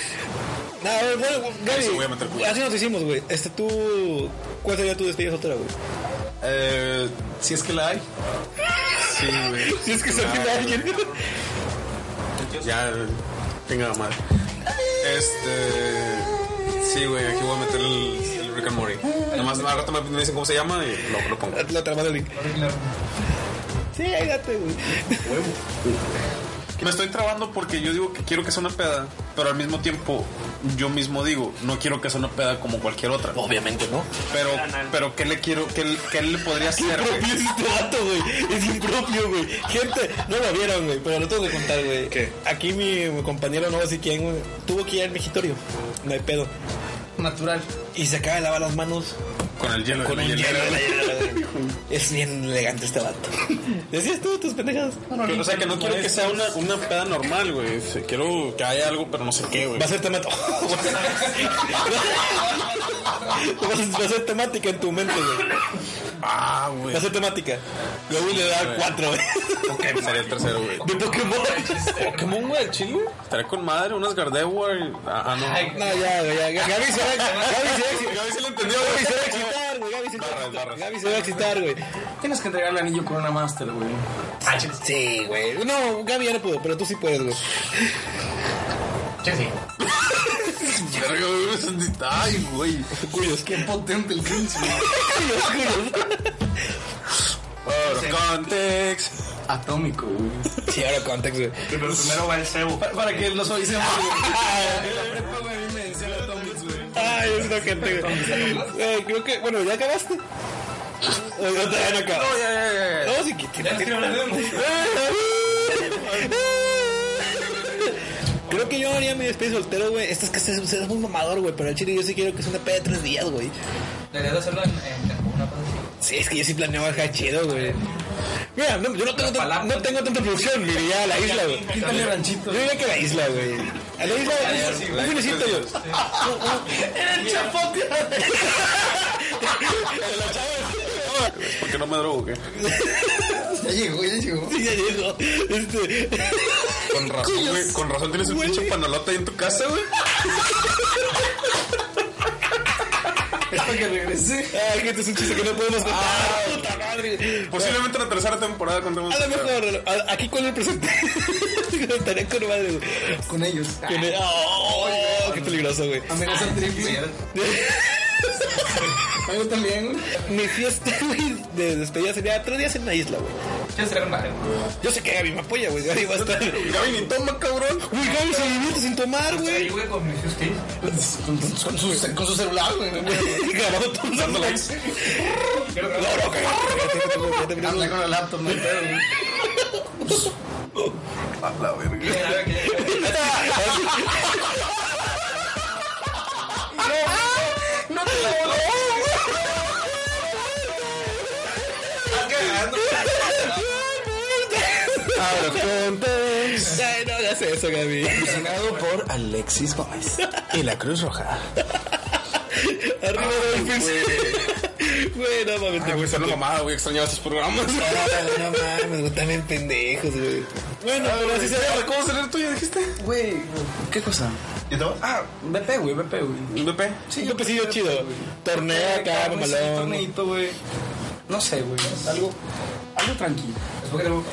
No, a ver, bueno, Eso voy a meter Gaby, culo. así nos hicimos, güey. Este, tú... ¿Cuál sería tu despedida soltera, güey? Eh, si es que la hay. sí, güey. Si es que se olvida alguien. Ya, tenga la madre. Este. Sí, güey, aquí voy a meter el, el Rick and Morty. Nomás al rato me, me dicen cómo se llama y lo, lo pongo. La trama del link. Sí, ahí date, güey. Me estoy trabando porque yo digo que quiero que sea una peda, pero al mismo tiempo yo mismo digo, no quiero que sea una peda como cualquier otra. Obviamente, ¿no? Pero, pero ¿qué le quiero, qué, le- qué le podría hacer? güey? Propio es este vato, güey. Es impropio, güey. Gente, no lo vieron, güey, pero lo tengo que contar, güey. Aquí mi, mi compañero, no sé si quién, güey, tuvo que ir al mejitorio. No hay pedo. Natural. Y se acaba de lavar las manos Con el hielo, con de un la hielo. hielera, de la güey. hielera, güey. es bien elegante este vato. Decías tú tus pendejadas. Pero, o sea, que no quiero que sea una, una peda normal, güey. Sí, Quiero que haya algo, pero no sé qué, güey. Va a ser temática. Va a ser temática en tu mente, güey. Ah, güey. Va a ser temática. Luego le da cuatro, güey. Ok, sería el tercero, güey. De Pokémon. Pokémon, güey, chile. Estaré con madre, unas Gardevoir. y- Ah, ah, no. No, ya, güey. ya. Gaby se va Gaby se va a Gaby sí lo entendió, Gaby se va a excitar, güey. güey. Gaby se va a Barras, excitar. barras. Gaby se va a excitar, güey. Tienes que entregar el anillo con una master, güey. Sí, güey. No, Gaby ya no pudo, pero tú sí puedes, güey. Che, sí. verga, güey. Ay, güey. Cuyos. Qué potente el Grinch, güey. Ahora, context. Atómico, güey. Sí, ahora context, güey. Pero primero va el cebo. Para, para que los oicemos, güey. En la prepa, güey, a mí me decían Atómicos, güey. Ay, es lo que tengo. Eh, creo que, bueno, ¿ya acabaste? O ya todavía no acabas. No, ya, ya, ya, ya. No, sí, que tiene que- Creo que yo haría mi despedida soltero, güey. Esto es que se, se es muy mamador, güey. Pero el chile yo sí quiero que sea una peda de tres días, güey. Deberías hacerlo en, en, en una cosa así. Sí, es que yo sí planeaba dejar chido, güey. Mira, no, yo no tengo, tan- palabra. no tengo tanta producción, me iría a la isla, güey. Quítale ranchito. Yo diría que a la isla, güey. A la isla, un finicito yo. ¿Por qué no me drogo, qué? Ya llegó, ya llegó. Sí, ya llegó. Este, Con razón, güey. Con razón tienes un pinche panolote ahí en tu casa, güey. Es para que regrese. ay, gente, es un chiste que no podemos contar. puta madre. Posiblemente en la tercera temporada contemos. A lo mejor, a- aquí con el presente. Estaría con madre, güey. Con ellos. Que me- ¡Oh! ¡Qué peligroso, güey! Amenaza triple. Algo también, güey. Mi fiesta, güey, de despedida sería tres días en la isla, güey. Yo sería un barrio. Yo sé que Gaby me apoya, güey. Gaby va a estar. Uy, Gaby ni toma, cabrón. Gaby se divierte sin tomar, Ahí, güey. güey, con mis hostiles. Con, con su, con su celular, güey. Grabando todos los likes. No, no, cállate, cállate, Anda con el laptop, no hay pedo, güey. A la verga. Mira, a ver, que- Ahora, context. Ay, no hagas eso, Gaby. Patrocinado por Alexis Gómez y la Cruz Roja. Arriba Dolphins. Güey, no mames. Ah, güey, son la mamada, güey. Extrañaba esos programas. Ah, No mames, güey, también pendejos, güey. Bueno, pero así se ve. ¿Cómo sería el tuyo, dijiste? Güey, ¿qué cosa? ¿Y todo? Ah, BP, güey, BP, güey. Un BP. Sí, Un pesillo chido. Torneo acá, güey, sí, mamalón. torneito, güey. No sé, güey. Algo, algo tranquilo. Yo te lo-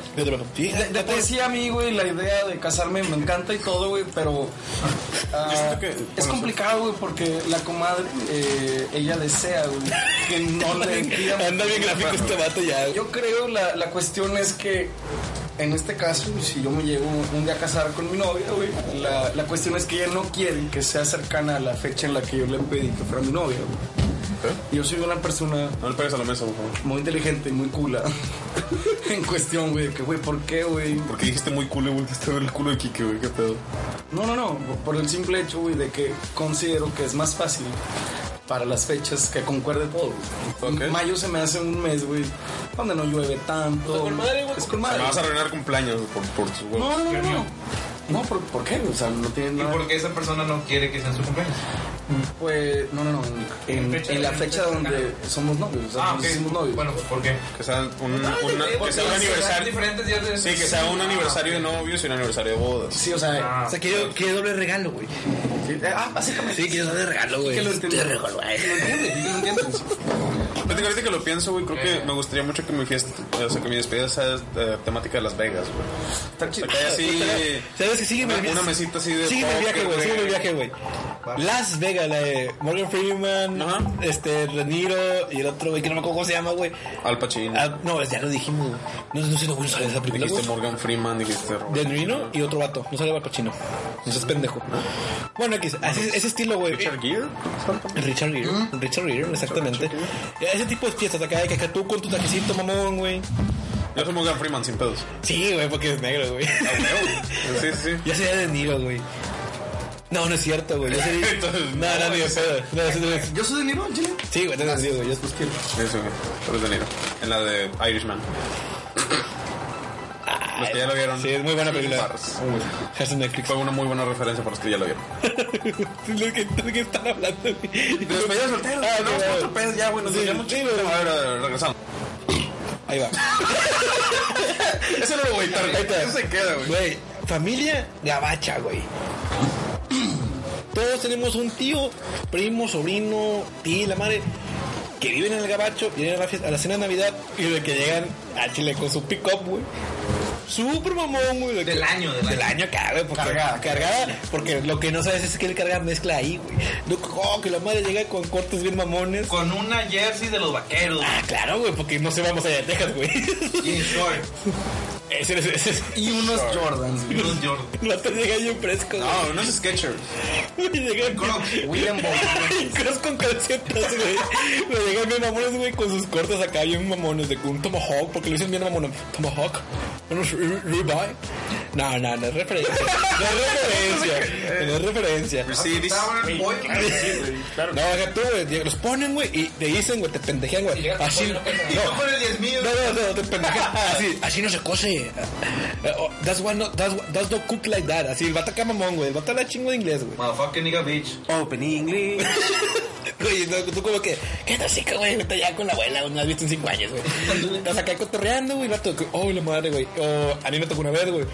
Sí, De- de- te decía a mí, güey, la idea de casarme me encanta y todo, güey, pero ah, Yo siento que- es complicado, güey, porque la comadre, eh, ella desea, güey, que no le pidan- Anda bien gráfico este vato ya. güey. Yo creo la, la cuestión es que en este caso, si yo me llego un día a casar con mi novia, güey, la, la cuestión es que ella no quiere que sea cercana a la fecha en la que yo le pedí que fuera mi novia, güey. ¿Eh? Yo soy una persona No le pegues a la mesa, por favor. muy inteligente y muy cula en cuestión, güey, que, güey, ¿por qué, güey? Porque dijiste muy culo y volviste a ver el culo de Kike, güey. ¿Qué pedo? No, no, no, por el simple hecho, güey, de que considero que es más fácil para las fechas que concuerde todo. güey. Ok. Mayo se me hace un mes, güey, donde no llueve tanto. con madre, güey, es con Me madre. vas a arruinar cumpleaños güey, por, por tus huevos. No, no, no, no. No, ¿por, ¿por qué? O sea, no tiene ¿Y nada. por qué esa persona no quiere que sea en su cumpleaños? Pues, no, no, no. En, fecha- en la en fecha fecha donde somos novios. O sea, Ah, nos hicimos ok. novios. Bueno, ¿por qué? Que sea un, Ah, una- que Porque sea un serán aniversario. diferentes días de- Sí, que sea un aniversario de novios y un aniversario de bodas. sí, o sea, Ah. O sea, quiero, quiero doble regalo, güey. sí, eh, ah, básicamente. Sí, quiero doble regalo, güey. Que Este, lo Doble entiendo. regalo, güey. ¿Lo entiendes? Fíjate que ahorita que lo pienso, güey, creo que me gustaría mucho que mi fiesta, o sea, que mi despedida sea eh, temática de Las Vegas, güey. Está O sea, chido. que haya así. ¿Sabes que sígueme el Una- viaje? una mesita así de Sígueme el póker, viaje, güey. güey. Sígueme el viaje, güey. Las Vegas, la de Morgan Freeman, Ajá. este, Reniro y el otro, güey, que no me acuerdo cómo se llama, güey. Al Pacino. Ah, no, pues ya lo dijimos, güey. No, no sé, no voy a usar esa película, güey. Dijiste Morgan Freeman, dijiste Robert. De Nino y otro vato. No sale Al Pacino. No seas pendejo. Bueno, X, ese, ese estilo, güey. Richard Gere. Richard Gere, Richard Gere, exactamente. Ese tipo de fiestas acá, de que acá tú con tu trajecito mamón, güey. Yo soy Morgan Freeman sin pedos. Sí, güey, porque es negro, güey. Sí, sí, sí. Yo sería de Niro, güey. No, no es cierto, güey. Yo sería... Entonces, no, no, ni de pedo. No, eso no es- Yo soy de Niro, en Chile. Sí, güey, tenés sentido, güey. Yo pues quiero. Eso, güey. Pero es de Niro. En la de Irishman. Los que ya lo vieron. Sí, es muy buena película. Barras. Hashtag Netflix. Fue una muy buena referencia para los que ya lo vieron. ¿De qué, de qué están hablando? Despedida soltero. Ah, Ah, no, qué bueno. otro pedo ya, güey. Nos Sí, veíamos sí, chido. A ver, a ver, regresamos. Ahí va. Eso no lo voy a editar. Ahí está. Eso se queda, güey. Güey, familia gabacha, güey. Todos tenemos un tío, primo, sobrino, tía, la madre, que viven en el gabacho, vienen a la, fiesta- a la cena de Navidad y de que llegan a Chile con su pick-up, güey. Súper mamón, güey. lo que- Del año, del Del año. año acá, güey. Porque, Cargada. Cargada, porque lo que no sabes es que él carga mezcla ahí, güey. No, oh, que la madre llega con cortes bien mamones. Con una jersey de los vaqueros. güey. Ah, claro, güey, porque no se va más allá de Texas, güey. Y en short. ese, ese, ese. Y unos Jordans. Y unos Jordan. No te llega bien fresco, güey. No, unos Skechers. Me llegan Crocs, William Crocs con calcetas, güey. Me llegan bien mamones, güey, con sus cortes acá bien mamones. De un Tomahawk, porque lo dicen bien mamón. Tomahawk. Unos re- ribeye. No, no, no es referencia. No es referencia. No es referencia. Mercedes. Tower Boy. No, deja tú, güey. Los ponen, güey, y te dicen, güey, te pendejean, güey. Así. No No. con el 10 mil. No, no, no, te pendejean. Así, así no se cose. Uh, uh, That's one, no- that's, that's no cook like that. Así, el vato acá mamón, güey. El vato la chingo de inglés, güey. Motherfucking nigga bitch. Open English. Güey, no, tú como que, ¿qué tal chico, güey? Vete ya con la abuela, no has visto en cinco años, güey. Estás acá cotorreando, güey, rato. que, Oh, la madre, güey. O a mí me tocó una vez, güey.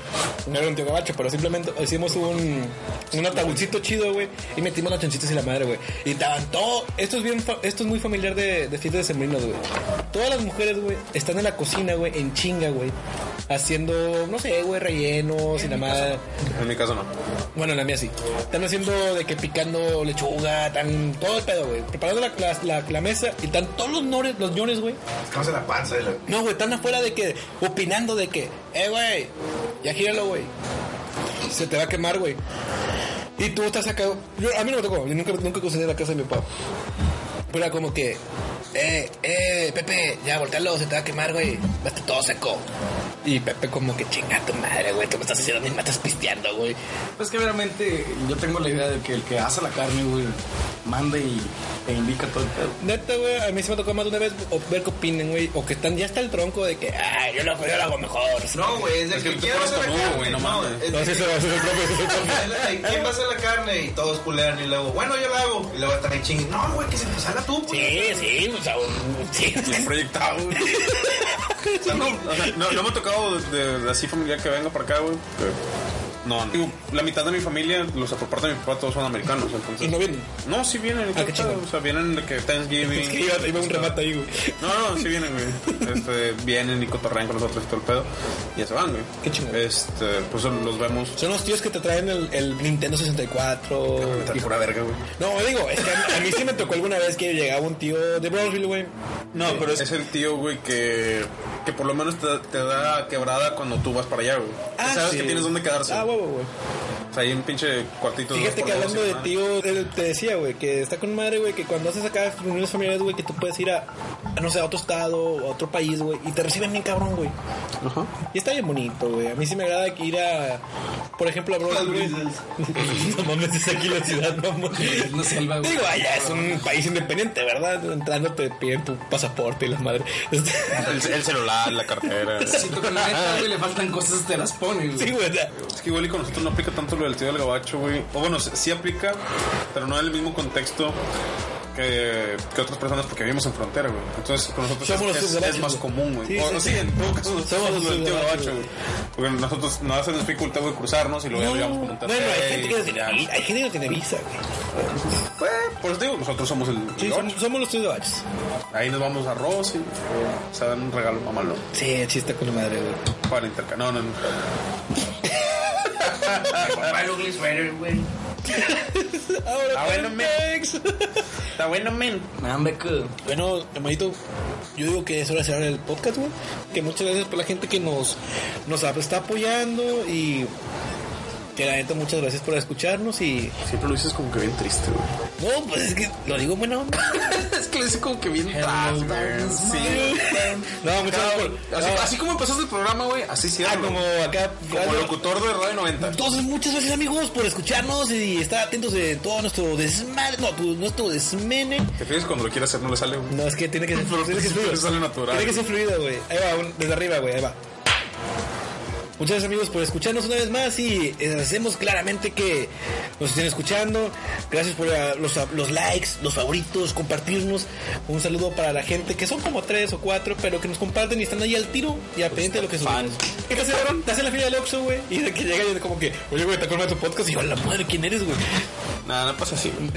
No era un tío gabacho, pero simplemente hicimos un, un ataúdcito chido, güey. Y metimos las chanchitas y la madre, güey. Y estaban todo. Esto es bien, fa- esto es muy familiar de, de fiestas de sembrinos, güey. Todas las mujeres, güey, están en la cocina, güey, en chinga, güey. Haciendo, no sé, güey, rellenos y la madre. En mi caso no. Bueno, en la mía sí. Están haciendo de que picando lechuga, tan todo el pedo, güey. Preparando la, la, la, la mesa y están todos los nores, los ñones, güey. pues, Estamos en la panza de la. No, güey, están afuera de que, opinando de que, eh, güey, ya gíralo, güey. Se te va a quemar, güey. Y tú estás acá. Yo, a mí no me tocó, yo nunca, nunca cociné en la casa de mi papá. Pero era como que, eh, eh, Pepe, ya voltealo, se te va a quemar, güey. Va a estar todo seco. Y Pepe, como que chinga tu madre, güey, ¿qué me estás haciendo? Ni me estás pisteando, güey. Pues que veramente yo tengo la idea de que el que hace la carne, güey, manda y, e indica todo el pedo. Neta, güey, a mí se me tocó más de una vez o- ver qué opinen, güey. O que están ya está el tronco de que, ay, yo lo, yo lo hago mejor. No, güey, es Es el que que tú quiera fueras hacer la tarugo, carne. güey, no No, mames. es No, sí, de- se va a hacer el propio, ese es el propio. es la de, ¿Quién va a hacer la carne? Y todos culean y luego, bueno, yo la hago. Y luego están ahí chingando. No, güey, que se pues haga tú, Sí, güey. sí, o sea, un- sí. Bien proyectado, güey. O sea, no, o sea, no- no me ha tocado de, de así familia que venga para acá, güey. que- No, no. Digo, la mitad de mi familia, los por parte de mi papá, todos son americanos. Entonces, Y no vienen. No, sí vienen. Ah, ¿qué qué pedo? chingón. o sea, vienen de que Thanksgiving. Es que iba, iba un remate ahí, güey. No, no, sí vienen, güey. Este, vienen y cotorrean con nosotros y todo el pedo. Y ya se van, güey. Qué chingón. Este, pues los vemos. Son los tíos que te traen el, el Nintendo 64. Está hijo. pura verga, güey. No, digo, es que a, a mí sí me tocó alguna vez que llegaba un tío de Brownsville, güey. No, pero es, el tío, güey, que, que por lo menos te, te da quebrada cuando tú vas para allá, güey. Ah, sabes sí. que tienes dónde quedarse. Ah, güey. huevo, güey. O sea, hay un pinche cuartito de Fíjate dos que por dos hablando y de nada. tío, él te decía, güey, que está con madre, güey, que cuando haces acá reuniones familiares, güey, que tú puedes ir a, a, no sé, a otro estado, o a otro país, güey, y te reciben bien cabrón, güey. Y está bien bonito, güey. A mí sí me agrada que ir a, por ejemplo, a Brooklyn, güey. No mames, es aquí la ciudad, mamón. una selva, güey. Digo, allá es un país independiente, ¿verdad? Entrando te piden tu pasaporte y la madre. El, el celular, la cartera. Si que la neta, güey, le faltan cosas, te las ponen, güey. Sí, güey, o sea, Es que igual y con nosotros no aplica tanto lo del tío del gabacho, güey. O bueno, sí- sí aplica, pero no en el mismo contexto que, que otras personas porque vivimos en frontera, güey. Entonces con nosotros Somos los es, tíos es- gabachos, es más güey. común, güey. Sí, o sí, sí, sí. en todo caso somos, Somos los los del tíos tío gabachos, gabacho, güey. Porque nosotros nada se nos dificulta, güey, cruzarnos y luego ya llegamos con un bueno, hay tercer gente, y- que no tiene, hay gente que no tiene visa, güey. Pues, por eso te digo, nosotros somos el... Sí, el somos, gabacho. somos los tíos de baches. Ahí nos vamos a Rosy, se dan un regalo mamalón Sí, chiste con la madre, güey. para el intercambio. No, no, no. Papá, el ugly sweater, güey. Ahora, Ah, bueno, Está bueno, men. Nah, me quedo. Bueno, hermanito, yo digo que es hora de cerrar el podcast, güey. Que muchas gracias por la gente que nos, nos ap- está apoyando y que la neta muchas gracias por escucharnos y... Siempre lo dices como que bien triste, güey. No, pues es que lo digo en buena onda. Es que le hice como que bien tras, güey. No, muchas gracias por... Así, no, así como empezaste el programa, güey, así sí. ah, como acá... Como locutor de Radio 90. Entonces, muchas gracias amigos por escucharnos y estar atentos de todo nuestro desmadre, no, tu- nuestro desmene. ¿Te fijas cuando lo quiere hacer no le sale? güey? No, es que tiene que ser, Pero tiene que ser pues, fluido. pero sale natural. Tiene que ser fluido, güey. Ahí va, un- desde arriba, güey. Ahí va. Muchas gracias amigos por escucharnos una vez más y eh, hacemos claramente que nos estén escuchando. Gracias por ah, los, los likes, los favoritos, compartirnos. Un saludo para la gente que son como tres o cuatro, pero que nos comparten y están ahí al tiro y al pendiente de lo que subimos. ¿Qué te hace, cabrón? Te hace la fila del Oxxo, güey. Y de que llega y de como que, oye, güey, te acuerdas de tu podcast y yo, "A la madre, ¿quién eres, güey? Nada, no pasa así, güey.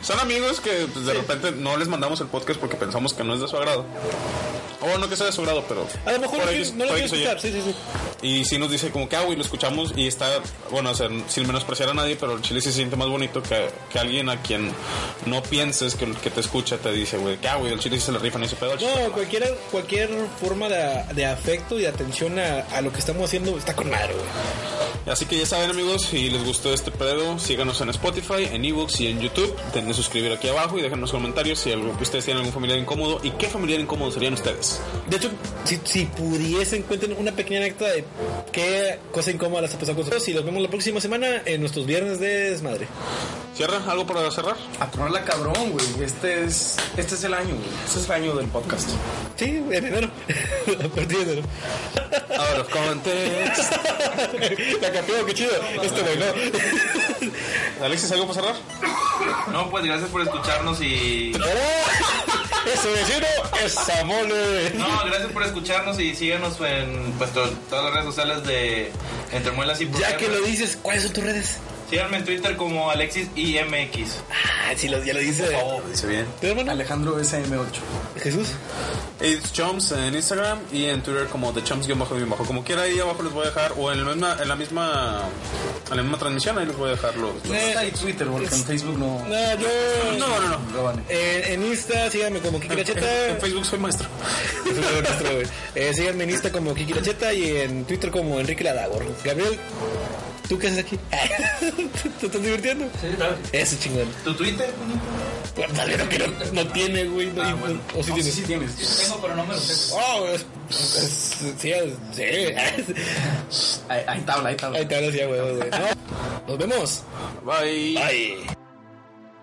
Son amigos que pues, de repente no les mandamos el podcast porque pensamos que no es de su agrado. O no que sea de su agrado, pero. A lo mejor por no, X- quiero- no lo por quiero X o Y. escuchar, sí, sí, sí. Y sí nos dice como que, ah, güey, lo escuchamos y está, bueno, o sea, sin menospreciar a nadie, pero el chile sí se siente más bonito que, que alguien a quien no pienses que, que te escucha te dice, güey, que, ah, güey, el chile sí se le rifan ese pedo. No, cualquier, cualquier forma de, de afecto y de atención a, a lo que estamos haciendo está con madre, güey. Así que ya saben, amigos, si les gustó este pedo, síganos en Spotify, en Evox y en YouTube. Denle suscribir aquí abajo y déjenos comentarios si algo, ustedes tienen algún familiar incómodo y qué familiar incómodo serían ustedes. De hecho, si, si pudiesen, cuenten una pequeña anécdota de qué cosa incómoda les ha pasado con nosotros. Y los vemos la próxima semana en nuestros viernes de desmadre. ¿Cierra? ¿Algo para cerrar? A tronarla cabrón, güey. Este es, este es el año, güey. Este es el año del podcast. Sí, en enero. A partir de enero. Out of context. La campeón, qué chido. Este güey, ¿no? Alexis, ¿algo para cerrar? No, pues gracias por escucharnos y. Eso Este vecino es amor. No, gracias por escucharnos y síganos en pues, to- todas las redes sociales de Entre Muelas y Ya Porqueras. que lo dices, ¿cuáles son tus redes? Síganme en Twitter como Alexis IMX. Ah, sí, lo, ya lo dice. Oh, dice bien. ¿Tu hermano? Alejandro SM8. Jesús. It's Chomps en Instagram y en Twitter como The Chomps guión bajo guión bajo. Como quiera ahí abajo les voy a dejar o en, el misma- en la misma en la misma transmisión ahí les voy a dejar los. los- Está ahí Twitter, porque en Facebook no Eh, No, yo. No, no, no. lo van. Eh, En, en Insta, síganme como Kiki En, Lacheta. en Facebook soy maestro. Es un nuevo rostro, güey. Eh, síganme en Insta como Kiki Lacheta y en Twitter como Enrique Ladagor. Gabriel, ¿tú qué haces aquí? ¿Te estás divirtiendo? Sí, tal vez. Eso chingón. ¿Tu Twitter? Pues, tal vez no, que no, no tiene, güey. Ah, no- y- O si No, tiene. sí, sí tienes. Tengo, pero no me lo sé. Oh, es, es- sí, es- sí. Ahí, ahí tabla, ahí tabla. Ahí te hablas ya, güey, güey. No. Nos vemos. Bye. Bye.